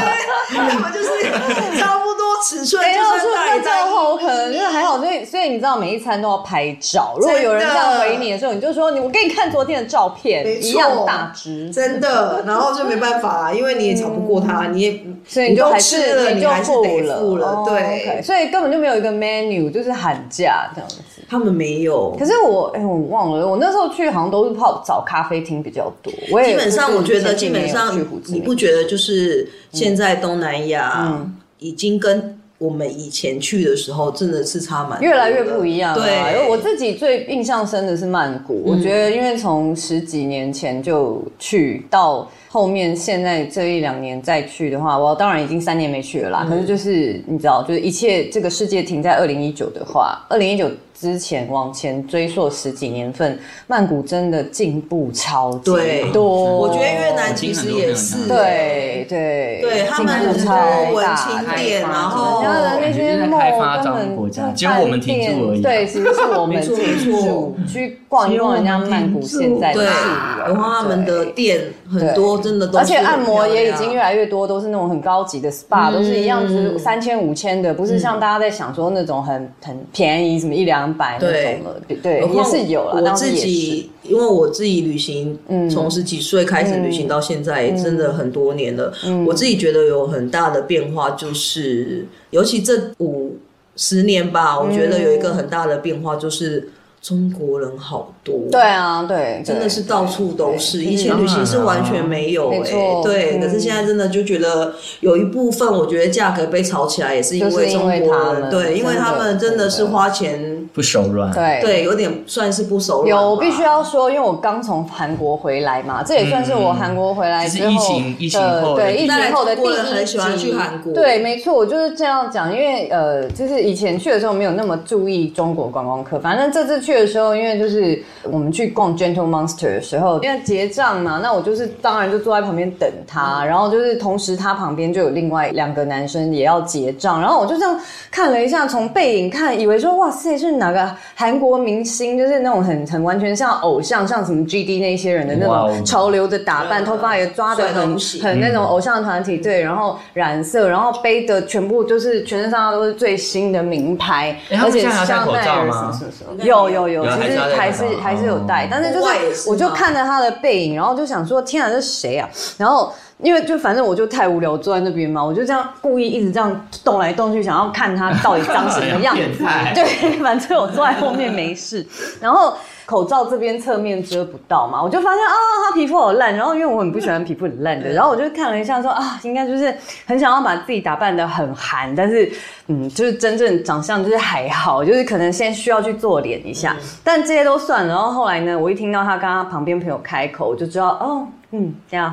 [SPEAKER 4] 根 本就是差不多尺寸，
[SPEAKER 3] 啊没
[SPEAKER 4] 就
[SPEAKER 3] 有
[SPEAKER 4] 算
[SPEAKER 3] 说
[SPEAKER 4] 大
[SPEAKER 3] 那
[SPEAKER 4] 也
[SPEAKER 3] 这
[SPEAKER 4] 大
[SPEAKER 3] 样的话，
[SPEAKER 4] 一。
[SPEAKER 3] 我可能就是还好，所以所以你知道每一餐都要拍照。如果有人这样回你的时候，你就说你我给你看昨天的照片，
[SPEAKER 4] 没错
[SPEAKER 3] 一样大只，
[SPEAKER 4] 真的，然后就没办法啊啦，因为你也吵不过他，
[SPEAKER 3] 嗯
[SPEAKER 4] 你也
[SPEAKER 3] 所以你就还
[SPEAKER 4] 你都吃了
[SPEAKER 3] 是
[SPEAKER 4] 你
[SPEAKER 3] 就
[SPEAKER 4] 还是
[SPEAKER 3] 付
[SPEAKER 4] 得付了
[SPEAKER 3] 哦
[SPEAKER 4] 对
[SPEAKER 3] OK，所以根本就没有一个 menu，就是喊价这样子。
[SPEAKER 4] 他们没有
[SPEAKER 3] 可。是我哎、我忘了，我那时候去好像都是泡找咖啡厅比较多。我也
[SPEAKER 4] 基本上，
[SPEAKER 3] 就是
[SPEAKER 4] 我觉得
[SPEAKER 3] 前几
[SPEAKER 4] 基本
[SPEAKER 3] 年有
[SPEAKER 4] 上
[SPEAKER 3] 去胡志
[SPEAKER 4] 你
[SPEAKER 3] 明
[SPEAKER 4] 不觉得就是现在东南亚
[SPEAKER 3] 嗯
[SPEAKER 4] 已经跟我们以前去的时候真的是差蛮多 的
[SPEAKER 3] 越来越不一样了、啊
[SPEAKER 4] 对，嗯
[SPEAKER 3] 因为我自己最印象深的是曼谷，我觉得因为从十几年前就去到后面，现在这一两年再去的话，我当然已经三年没去了
[SPEAKER 4] 嗯
[SPEAKER 3] 啦。可是就是你知道，就是一切这个世界停在二零一九的话，二零一九之前往前追溯十几年份，曼谷真的进步超级
[SPEAKER 4] 对
[SPEAKER 3] 多。
[SPEAKER 4] 我觉得越南其实也
[SPEAKER 2] 我
[SPEAKER 4] 是，
[SPEAKER 2] 听很多
[SPEAKER 3] 对对
[SPEAKER 4] 对他们
[SPEAKER 3] 进步
[SPEAKER 4] 很
[SPEAKER 3] 超
[SPEAKER 4] 多文
[SPEAKER 3] 大
[SPEAKER 4] 青
[SPEAKER 3] 开
[SPEAKER 4] 店，
[SPEAKER 2] 放
[SPEAKER 4] 然后
[SPEAKER 3] 人家的那些梦根本就饭店
[SPEAKER 2] 只有我们停住而已啊
[SPEAKER 3] 对，其实是我们停
[SPEAKER 4] 没
[SPEAKER 3] 住
[SPEAKER 4] 错
[SPEAKER 3] 去逛一逛人家曼谷现在的
[SPEAKER 4] 对，
[SPEAKER 3] 气
[SPEAKER 4] 然
[SPEAKER 3] 氛，
[SPEAKER 4] 后他们的
[SPEAKER 3] 对。
[SPEAKER 4] 店很多真的都是
[SPEAKER 3] 而
[SPEAKER 4] 很
[SPEAKER 3] 且
[SPEAKER 4] 漂亮，
[SPEAKER 3] 按摩也已经越来越多，都是那种很高级的 SPA，、都是一样子
[SPEAKER 4] 嗯
[SPEAKER 3] 三千五千的，不是像大家在想说那种很很便宜，什么一两百那
[SPEAKER 4] 对
[SPEAKER 3] 种了。对，对
[SPEAKER 4] 何
[SPEAKER 3] 也
[SPEAKER 4] 况
[SPEAKER 3] 是有了。
[SPEAKER 4] 我
[SPEAKER 3] 当时
[SPEAKER 4] 自
[SPEAKER 3] 也是
[SPEAKER 4] 己因为我自己旅行，
[SPEAKER 3] 嗯
[SPEAKER 4] 从十几岁开始旅行到现在，真的很多年了。
[SPEAKER 3] 嗯
[SPEAKER 4] 我自己觉得有很大的变化，就是尤其这五十年吧，
[SPEAKER 3] 嗯
[SPEAKER 4] 我觉得有一个很大的变化就是中国人好多。
[SPEAKER 3] 对。啊，对，
[SPEAKER 4] 真的
[SPEAKER 3] 对
[SPEAKER 4] 是到处都是，
[SPEAKER 3] 对
[SPEAKER 4] 以前旅行是完全没有
[SPEAKER 3] 嗯
[SPEAKER 4] 哎、
[SPEAKER 3] 没错
[SPEAKER 4] 对。
[SPEAKER 3] 嗯
[SPEAKER 4] 可是现在真的就觉得有一部分，我觉得价格被炒起来也是因
[SPEAKER 3] 就是
[SPEAKER 4] 为
[SPEAKER 3] 因
[SPEAKER 4] 中
[SPEAKER 3] 为他
[SPEAKER 4] 国
[SPEAKER 3] 们
[SPEAKER 4] 人，对，因为他们
[SPEAKER 3] 真的
[SPEAKER 4] 真的是
[SPEAKER 3] 真的
[SPEAKER 4] 花钱，
[SPEAKER 2] 不手软。，
[SPEAKER 3] 对
[SPEAKER 4] 对，有点算是不手软吧。
[SPEAKER 3] 有，我必须要说，因为我刚从韩国回来嘛，这也算是我韩国回来之后
[SPEAKER 2] 嗯就是疫情疫情
[SPEAKER 3] 的
[SPEAKER 2] 后的
[SPEAKER 3] 对疫情后的第一
[SPEAKER 4] 那中国人很喜欢
[SPEAKER 3] 集
[SPEAKER 4] 去韩国
[SPEAKER 3] 对，没错，我就是这样讲，因为呃，就是以前去的时候没有那么注意中国观光客，反正这次去的时候，因为就是我们去逛 Gentle Monster 的时候，因为结账嘛，那我就是当然就坐在旁边等
[SPEAKER 2] 嗯
[SPEAKER 3] 他，然后就是同时他旁边就有另外两个男生也要结账，然后我就这样看了一下，从背影看，以为说哇塞是哪个韩国明星，就是那种很很完全像偶像，像什么 GD 那些人的那
[SPEAKER 2] 哇
[SPEAKER 3] 种
[SPEAKER 2] 哦
[SPEAKER 3] 潮流的打扮，
[SPEAKER 4] 嗯
[SPEAKER 3] 头发也抓得
[SPEAKER 4] 帅到
[SPEAKER 3] 很
[SPEAKER 4] 不行
[SPEAKER 3] 很那
[SPEAKER 2] 嗯
[SPEAKER 3] 种偶像团体对，然后染色，然后背的全部就是全身上下都是最新的名牌，
[SPEAKER 2] 哎他
[SPEAKER 3] 而
[SPEAKER 2] 们
[SPEAKER 3] 且
[SPEAKER 2] 现在还要戴
[SPEAKER 3] 香
[SPEAKER 2] 口
[SPEAKER 3] 奈
[SPEAKER 2] 罩
[SPEAKER 3] 儿什
[SPEAKER 2] 吗
[SPEAKER 3] 么什么什么，有有有，
[SPEAKER 2] 有
[SPEAKER 3] 其
[SPEAKER 2] 还
[SPEAKER 3] 实
[SPEAKER 2] 是要戴
[SPEAKER 3] 还
[SPEAKER 2] 口
[SPEAKER 3] 是
[SPEAKER 2] 罩
[SPEAKER 3] 还是有戴
[SPEAKER 2] 哦，
[SPEAKER 3] 但是就
[SPEAKER 4] 国外也是
[SPEAKER 3] 是
[SPEAKER 4] 吗
[SPEAKER 3] 我就看着他的背影，然后就想说天啊这是谁啊，然后。因为就反正我就太无聊，坐在那边嘛，我就这样故意一直这样动来动去，想要看它到底长什么 样
[SPEAKER 2] 哎变态
[SPEAKER 3] 对， 反正我坐在后面没事，然后口罩这边侧面遮不到嘛，我就发现啊，他皮肤好烂。然后因为我很不喜欢皮肤很烂的，然后我就看了一下说啊，应该就是很想要把自己打扮的很韩，但是嗯，就是真正长相就是还好，就是可能先需要去做脸一下，但这些都算了。然后后来呢，我一听到他跟他旁边朋友开口，我就知道哦，嗯，这样。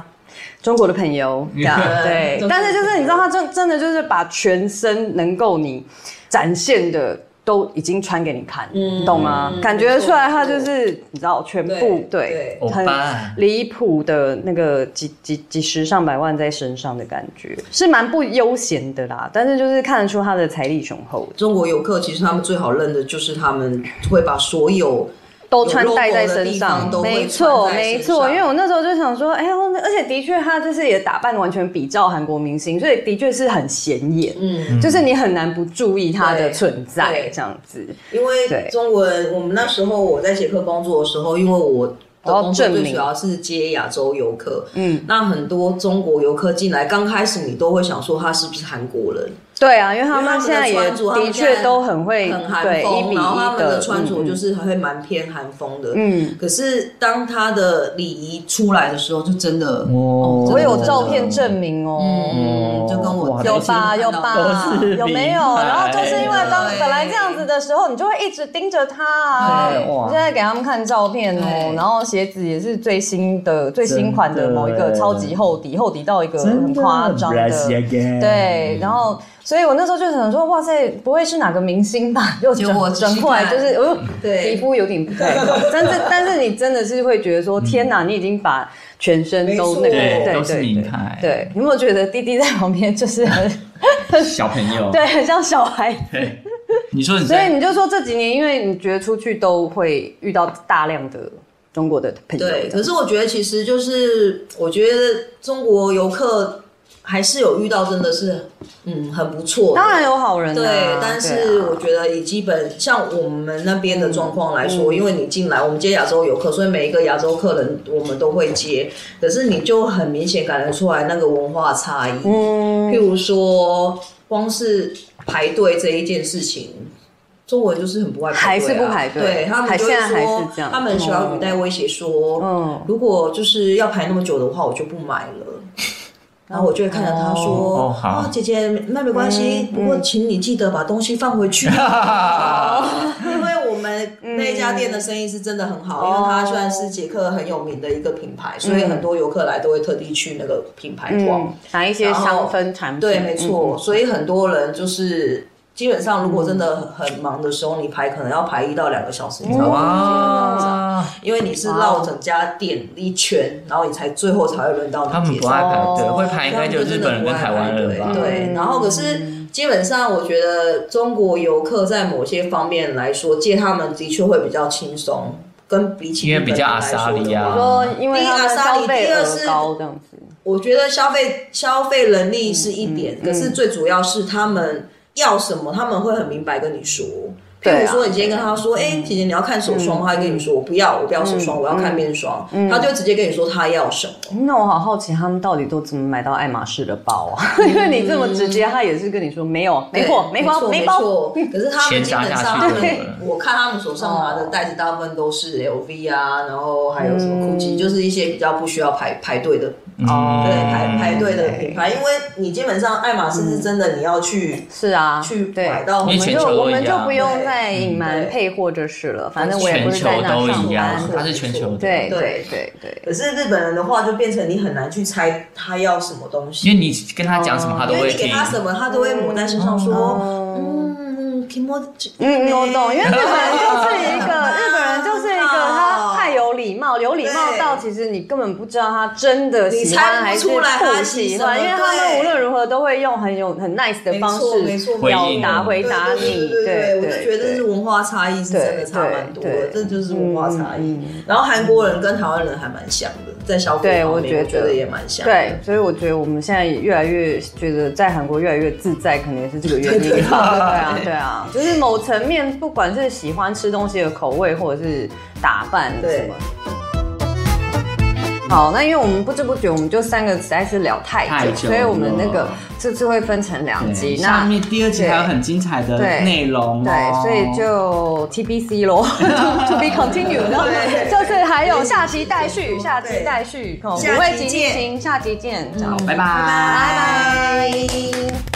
[SPEAKER 3] 中国的朋友，这样对，但是就是你知道，他真真的就是把全身能够你展现的都已经穿给你看，
[SPEAKER 4] 嗯
[SPEAKER 3] 你懂吗？感觉出来他就是你知道全部对，
[SPEAKER 4] 对
[SPEAKER 2] 欧
[SPEAKER 3] 很
[SPEAKER 2] 巴
[SPEAKER 3] 离谱的那个几几几十上百万在身上的感觉，是蛮不悠闲的啦。但是就是看得出他的财力雄厚，
[SPEAKER 4] 中国游客其实他们最好认的就是他们会把所有
[SPEAKER 3] 都穿戴在身
[SPEAKER 4] 有 logo 的地方
[SPEAKER 3] 上
[SPEAKER 4] 都，会
[SPEAKER 3] 没错
[SPEAKER 4] 穿在身
[SPEAKER 3] 没
[SPEAKER 4] 上
[SPEAKER 3] 错，因为我那时候就想说，哎、呦，而且的确他就是也打扮完全比照韩国明星，所以的确是很显眼，嗯，就是你很难不注意他的
[SPEAKER 4] 对
[SPEAKER 3] 存在
[SPEAKER 4] 对
[SPEAKER 3] 这样子，
[SPEAKER 4] 因
[SPEAKER 3] 对
[SPEAKER 4] 为中文，我们那时候我在捷克工作的时候，因为我的
[SPEAKER 3] 哦
[SPEAKER 4] 工作最主要是接亚洲游客，嗯，那很多中国游客进来，刚开始你都会想说他是不是韩国人，
[SPEAKER 3] 对啊，因为他
[SPEAKER 4] 因为他
[SPEAKER 3] 们
[SPEAKER 4] 们的
[SPEAKER 3] 现在也
[SPEAKER 4] 穿着他
[SPEAKER 3] 的
[SPEAKER 4] 们现在
[SPEAKER 3] 确都很会
[SPEAKER 4] 很韩
[SPEAKER 3] 对一
[SPEAKER 4] 风，
[SPEAKER 3] 比
[SPEAKER 4] 然后他
[SPEAKER 3] 一
[SPEAKER 4] 们
[SPEAKER 3] 的
[SPEAKER 4] 的穿着就
[SPEAKER 3] 嗯
[SPEAKER 4] 是还会蛮偏韩风的，
[SPEAKER 3] 嗯。
[SPEAKER 4] 可是当他的礼仪出来的时候，就真的，
[SPEAKER 2] 哦
[SPEAKER 4] 真的
[SPEAKER 3] 我有照片证明哦，
[SPEAKER 4] 嗯，就跟我
[SPEAKER 2] 哇
[SPEAKER 4] 在
[SPEAKER 3] 有
[SPEAKER 4] 捷克
[SPEAKER 3] 吧
[SPEAKER 4] 看
[SPEAKER 3] 有
[SPEAKER 4] 到的
[SPEAKER 3] 吧
[SPEAKER 2] 都是，
[SPEAKER 3] 有没有？
[SPEAKER 2] 名牌
[SPEAKER 3] 然后就是因为当
[SPEAKER 4] 对
[SPEAKER 3] 本来这样子的时候，你就会一直盯着他啊。
[SPEAKER 2] 对哇
[SPEAKER 3] 你现在给他们看照片哦，
[SPEAKER 4] 对
[SPEAKER 3] 然后鞋子也是最新的、最新款的
[SPEAKER 2] 真的
[SPEAKER 3] 某一个超级厚底，厚底到一个很夸张的。
[SPEAKER 2] again，
[SPEAKER 3] 对，然后所以我那时候就想说，哇塞，不会是哪个明星吧？ 又
[SPEAKER 4] 结果
[SPEAKER 3] 转
[SPEAKER 4] 仔
[SPEAKER 3] 转
[SPEAKER 4] 细
[SPEAKER 3] 过来
[SPEAKER 4] 看
[SPEAKER 3] 就是，哦，
[SPEAKER 4] 对
[SPEAKER 3] 皮肤有点不太好。但是 但是你真的是会觉得说，天哪，你已经把全身都那个，对
[SPEAKER 4] 没错
[SPEAKER 3] 对
[SPEAKER 2] 嗯都是名
[SPEAKER 3] 对。
[SPEAKER 2] 牌，，
[SPEAKER 3] 对，你有没有觉得弟弟在旁 边就是很，
[SPEAKER 2] 小朋友，
[SPEAKER 3] 对，很像小孩？
[SPEAKER 2] 对，你说你
[SPEAKER 3] 所以
[SPEAKER 2] 在
[SPEAKER 3] 你就说这几年，因为你觉得出去都会遇到大量的中国的朋友，
[SPEAKER 4] 对，可是我觉得其实就是，我觉得中国游客还是有遇到，真的是，嗯，很不错的。
[SPEAKER 3] 当然有好人、啊，
[SPEAKER 4] 对，
[SPEAKER 3] 对
[SPEAKER 4] 但是
[SPEAKER 3] 啊
[SPEAKER 4] 我觉得以基本像我们那边的状况来
[SPEAKER 3] 嗯
[SPEAKER 4] 说，因为你进来，我们接亚洲游客，所以每一个亚洲客人我们都会接，可是你就很明显感觉出来那个文化差异。
[SPEAKER 3] 嗯，
[SPEAKER 4] 譬如说，光是排队这一件事情，中国人就是很不爱排队、啊，
[SPEAKER 3] 还是不排队
[SPEAKER 4] 对他们就会
[SPEAKER 3] 还现在还是
[SPEAKER 4] 说
[SPEAKER 3] 这样，
[SPEAKER 4] 他们喜欢语带威胁说，
[SPEAKER 3] 嗯
[SPEAKER 4] 如果就是要排那么久的话，我就不买了。然后我就会看着他
[SPEAKER 2] 哦
[SPEAKER 4] 说：“
[SPEAKER 2] 好
[SPEAKER 4] 啊，姐姐，那没关系，
[SPEAKER 3] 嗯
[SPEAKER 4] 不过请你记得把东西放回 去。”因为我们那家店的生意是真的很
[SPEAKER 3] 嗯
[SPEAKER 4] 好，因为它虽然是捷克很有名的一个品牌，所以很多游客来都会特地去那个品牌逛。
[SPEAKER 3] 嗯，拿一些
[SPEAKER 4] 然后
[SPEAKER 3] 香氛产品，
[SPEAKER 4] 对，没
[SPEAKER 3] 嗯
[SPEAKER 4] 错。所以很多人就是基本上，如果真的
[SPEAKER 2] 嗯
[SPEAKER 4] 很很忙的时候，你排可能要排一到两个小时，
[SPEAKER 2] 哦
[SPEAKER 4] 你才会哇，
[SPEAKER 2] 哇，
[SPEAKER 4] 因为你是绕整家店一圈，然后你才最后才会轮到你
[SPEAKER 2] 他们
[SPEAKER 4] 结
[SPEAKER 2] 不
[SPEAKER 4] 账
[SPEAKER 2] 爱排队，
[SPEAKER 3] 哦
[SPEAKER 2] 会排应该就
[SPEAKER 4] 就是
[SPEAKER 2] 日本人跟台湾人吧，
[SPEAKER 4] 对，然后可是基本上，我觉得中国游客在某些方面来说，接他们的确会比较轻松，跟比起
[SPEAKER 2] 因为比较
[SPEAKER 4] 日本
[SPEAKER 2] 阿莎
[SPEAKER 4] 人来说
[SPEAKER 2] 莉
[SPEAKER 4] 的
[SPEAKER 2] 啊
[SPEAKER 4] 话
[SPEAKER 3] 你说因为他们消费额高这样子，
[SPEAKER 4] 我觉得消费消费能力是一
[SPEAKER 3] 嗯
[SPEAKER 4] 点，可是最主要是他们要什么，他们会很明白跟你说。譬
[SPEAKER 3] 对
[SPEAKER 4] 如
[SPEAKER 3] 啊嗯
[SPEAKER 4] 说，你今天跟他说：“哎、姐姐，你要看手霜吗？”他会跟你说：“我不要，我不要手霜，我要看面霜。
[SPEAKER 3] 嗯
[SPEAKER 4] 他就直接跟你说他要什么。
[SPEAKER 3] 那我好好奇他们到底都怎么买到爱马仕的包啊？ 因为你这么直接，他也是跟你说没有、没货、嗯
[SPEAKER 4] 对
[SPEAKER 3] 没
[SPEAKER 4] 没
[SPEAKER 3] 包、
[SPEAKER 4] 错
[SPEAKER 3] 没
[SPEAKER 4] 没
[SPEAKER 3] 包。
[SPEAKER 4] 错。可是他
[SPEAKER 2] 钱
[SPEAKER 4] 们基
[SPEAKER 2] 砸
[SPEAKER 4] 本
[SPEAKER 2] 下
[SPEAKER 4] 上，
[SPEAKER 2] 去
[SPEAKER 4] 他
[SPEAKER 2] 就
[SPEAKER 4] 们
[SPEAKER 2] 有了
[SPEAKER 4] 我看他们手上
[SPEAKER 3] 哦
[SPEAKER 4] 拿的袋子，大部分都是 LV 啊，然后还有什
[SPEAKER 3] 嗯
[SPEAKER 4] 么 GUCCI，、就是一些比较不需要排排队的，
[SPEAKER 2] 哦
[SPEAKER 4] 对排排队的品
[SPEAKER 3] 哦
[SPEAKER 4] 牌。因为你基本上爱马仕是真的，你要去、
[SPEAKER 3] 是啊，
[SPEAKER 4] 去
[SPEAKER 3] 对。
[SPEAKER 4] 买到
[SPEAKER 3] 我
[SPEAKER 4] 很
[SPEAKER 3] 们
[SPEAKER 2] 全
[SPEAKER 3] 就
[SPEAKER 2] 球
[SPEAKER 3] 我
[SPEAKER 2] 都一
[SPEAKER 3] 们就
[SPEAKER 2] 样
[SPEAKER 3] 不用
[SPEAKER 4] 对
[SPEAKER 3] 再隐瞒
[SPEAKER 4] 对
[SPEAKER 3] 配货这事了，反正我也
[SPEAKER 2] 全
[SPEAKER 3] 不是
[SPEAKER 2] 球
[SPEAKER 3] 在那
[SPEAKER 2] 都
[SPEAKER 3] 上
[SPEAKER 2] 一样
[SPEAKER 3] 班。，
[SPEAKER 2] 它是全球的，
[SPEAKER 3] 对对
[SPEAKER 4] 对
[SPEAKER 3] 对对，
[SPEAKER 4] 可是日本人的话，就变成你很难去猜他要什么东西，
[SPEAKER 2] 因为你跟他讲什么，他都
[SPEAKER 4] 因
[SPEAKER 3] 哦
[SPEAKER 4] 为
[SPEAKER 2] 会
[SPEAKER 4] 你给
[SPEAKER 2] 听。
[SPEAKER 4] 他什么，他都会抹在身上说，嗯，kimoji，
[SPEAKER 3] 嗯，我懂，因为日本人就是一
[SPEAKER 4] 很
[SPEAKER 3] 个
[SPEAKER 4] 好
[SPEAKER 3] 日本人就是一个他太有礼貌，有礼貌到其实你根本不知道他真的喜欢还是不喜欢，因为他们无论如何都会用很有很 nice 的方
[SPEAKER 4] 没错
[SPEAKER 3] 式
[SPEAKER 4] 没错
[SPEAKER 3] 表达
[SPEAKER 2] 回
[SPEAKER 3] 回
[SPEAKER 4] 对
[SPEAKER 3] 答你，
[SPEAKER 4] 对对对，我就觉得这
[SPEAKER 3] 对
[SPEAKER 4] 是文化差异，是真的差蛮多的
[SPEAKER 3] 对对，
[SPEAKER 4] 这就是文化差异。然后韩国人跟台湾人还蛮像的，在消费
[SPEAKER 3] 对
[SPEAKER 4] 方
[SPEAKER 3] 我
[SPEAKER 4] 面，我
[SPEAKER 3] 觉得
[SPEAKER 4] 觉得也蛮像。
[SPEAKER 3] 对，，所以我觉得我们现在也越来越觉得在韩国越来越自在，可能也是这 个原因吧。
[SPEAKER 4] 对对
[SPEAKER 3] 对啊，对啊，就是某层面，不管是喜欢吃东西的口味，或者是打扮什
[SPEAKER 4] 对
[SPEAKER 3] 么，好，那因为我们不知不觉我们就三个实在是聊太久，
[SPEAKER 2] 太久
[SPEAKER 3] 所以我们那
[SPEAKER 2] 了
[SPEAKER 3] 个这次会分成两集。
[SPEAKER 2] 下
[SPEAKER 3] 那
[SPEAKER 2] 面第二集还有很精彩的
[SPEAKER 3] 对
[SPEAKER 2] 内容、哦，
[SPEAKER 3] 对，所以就 TBC 咯，To be continued。然后
[SPEAKER 4] 对
[SPEAKER 3] 就是还有下集待续，下集待续，哦
[SPEAKER 4] 下集嗯
[SPEAKER 3] 不会急
[SPEAKER 4] 见
[SPEAKER 3] 进行，下集见，这样。
[SPEAKER 2] 好，拜拜
[SPEAKER 3] 拜
[SPEAKER 4] 拜拜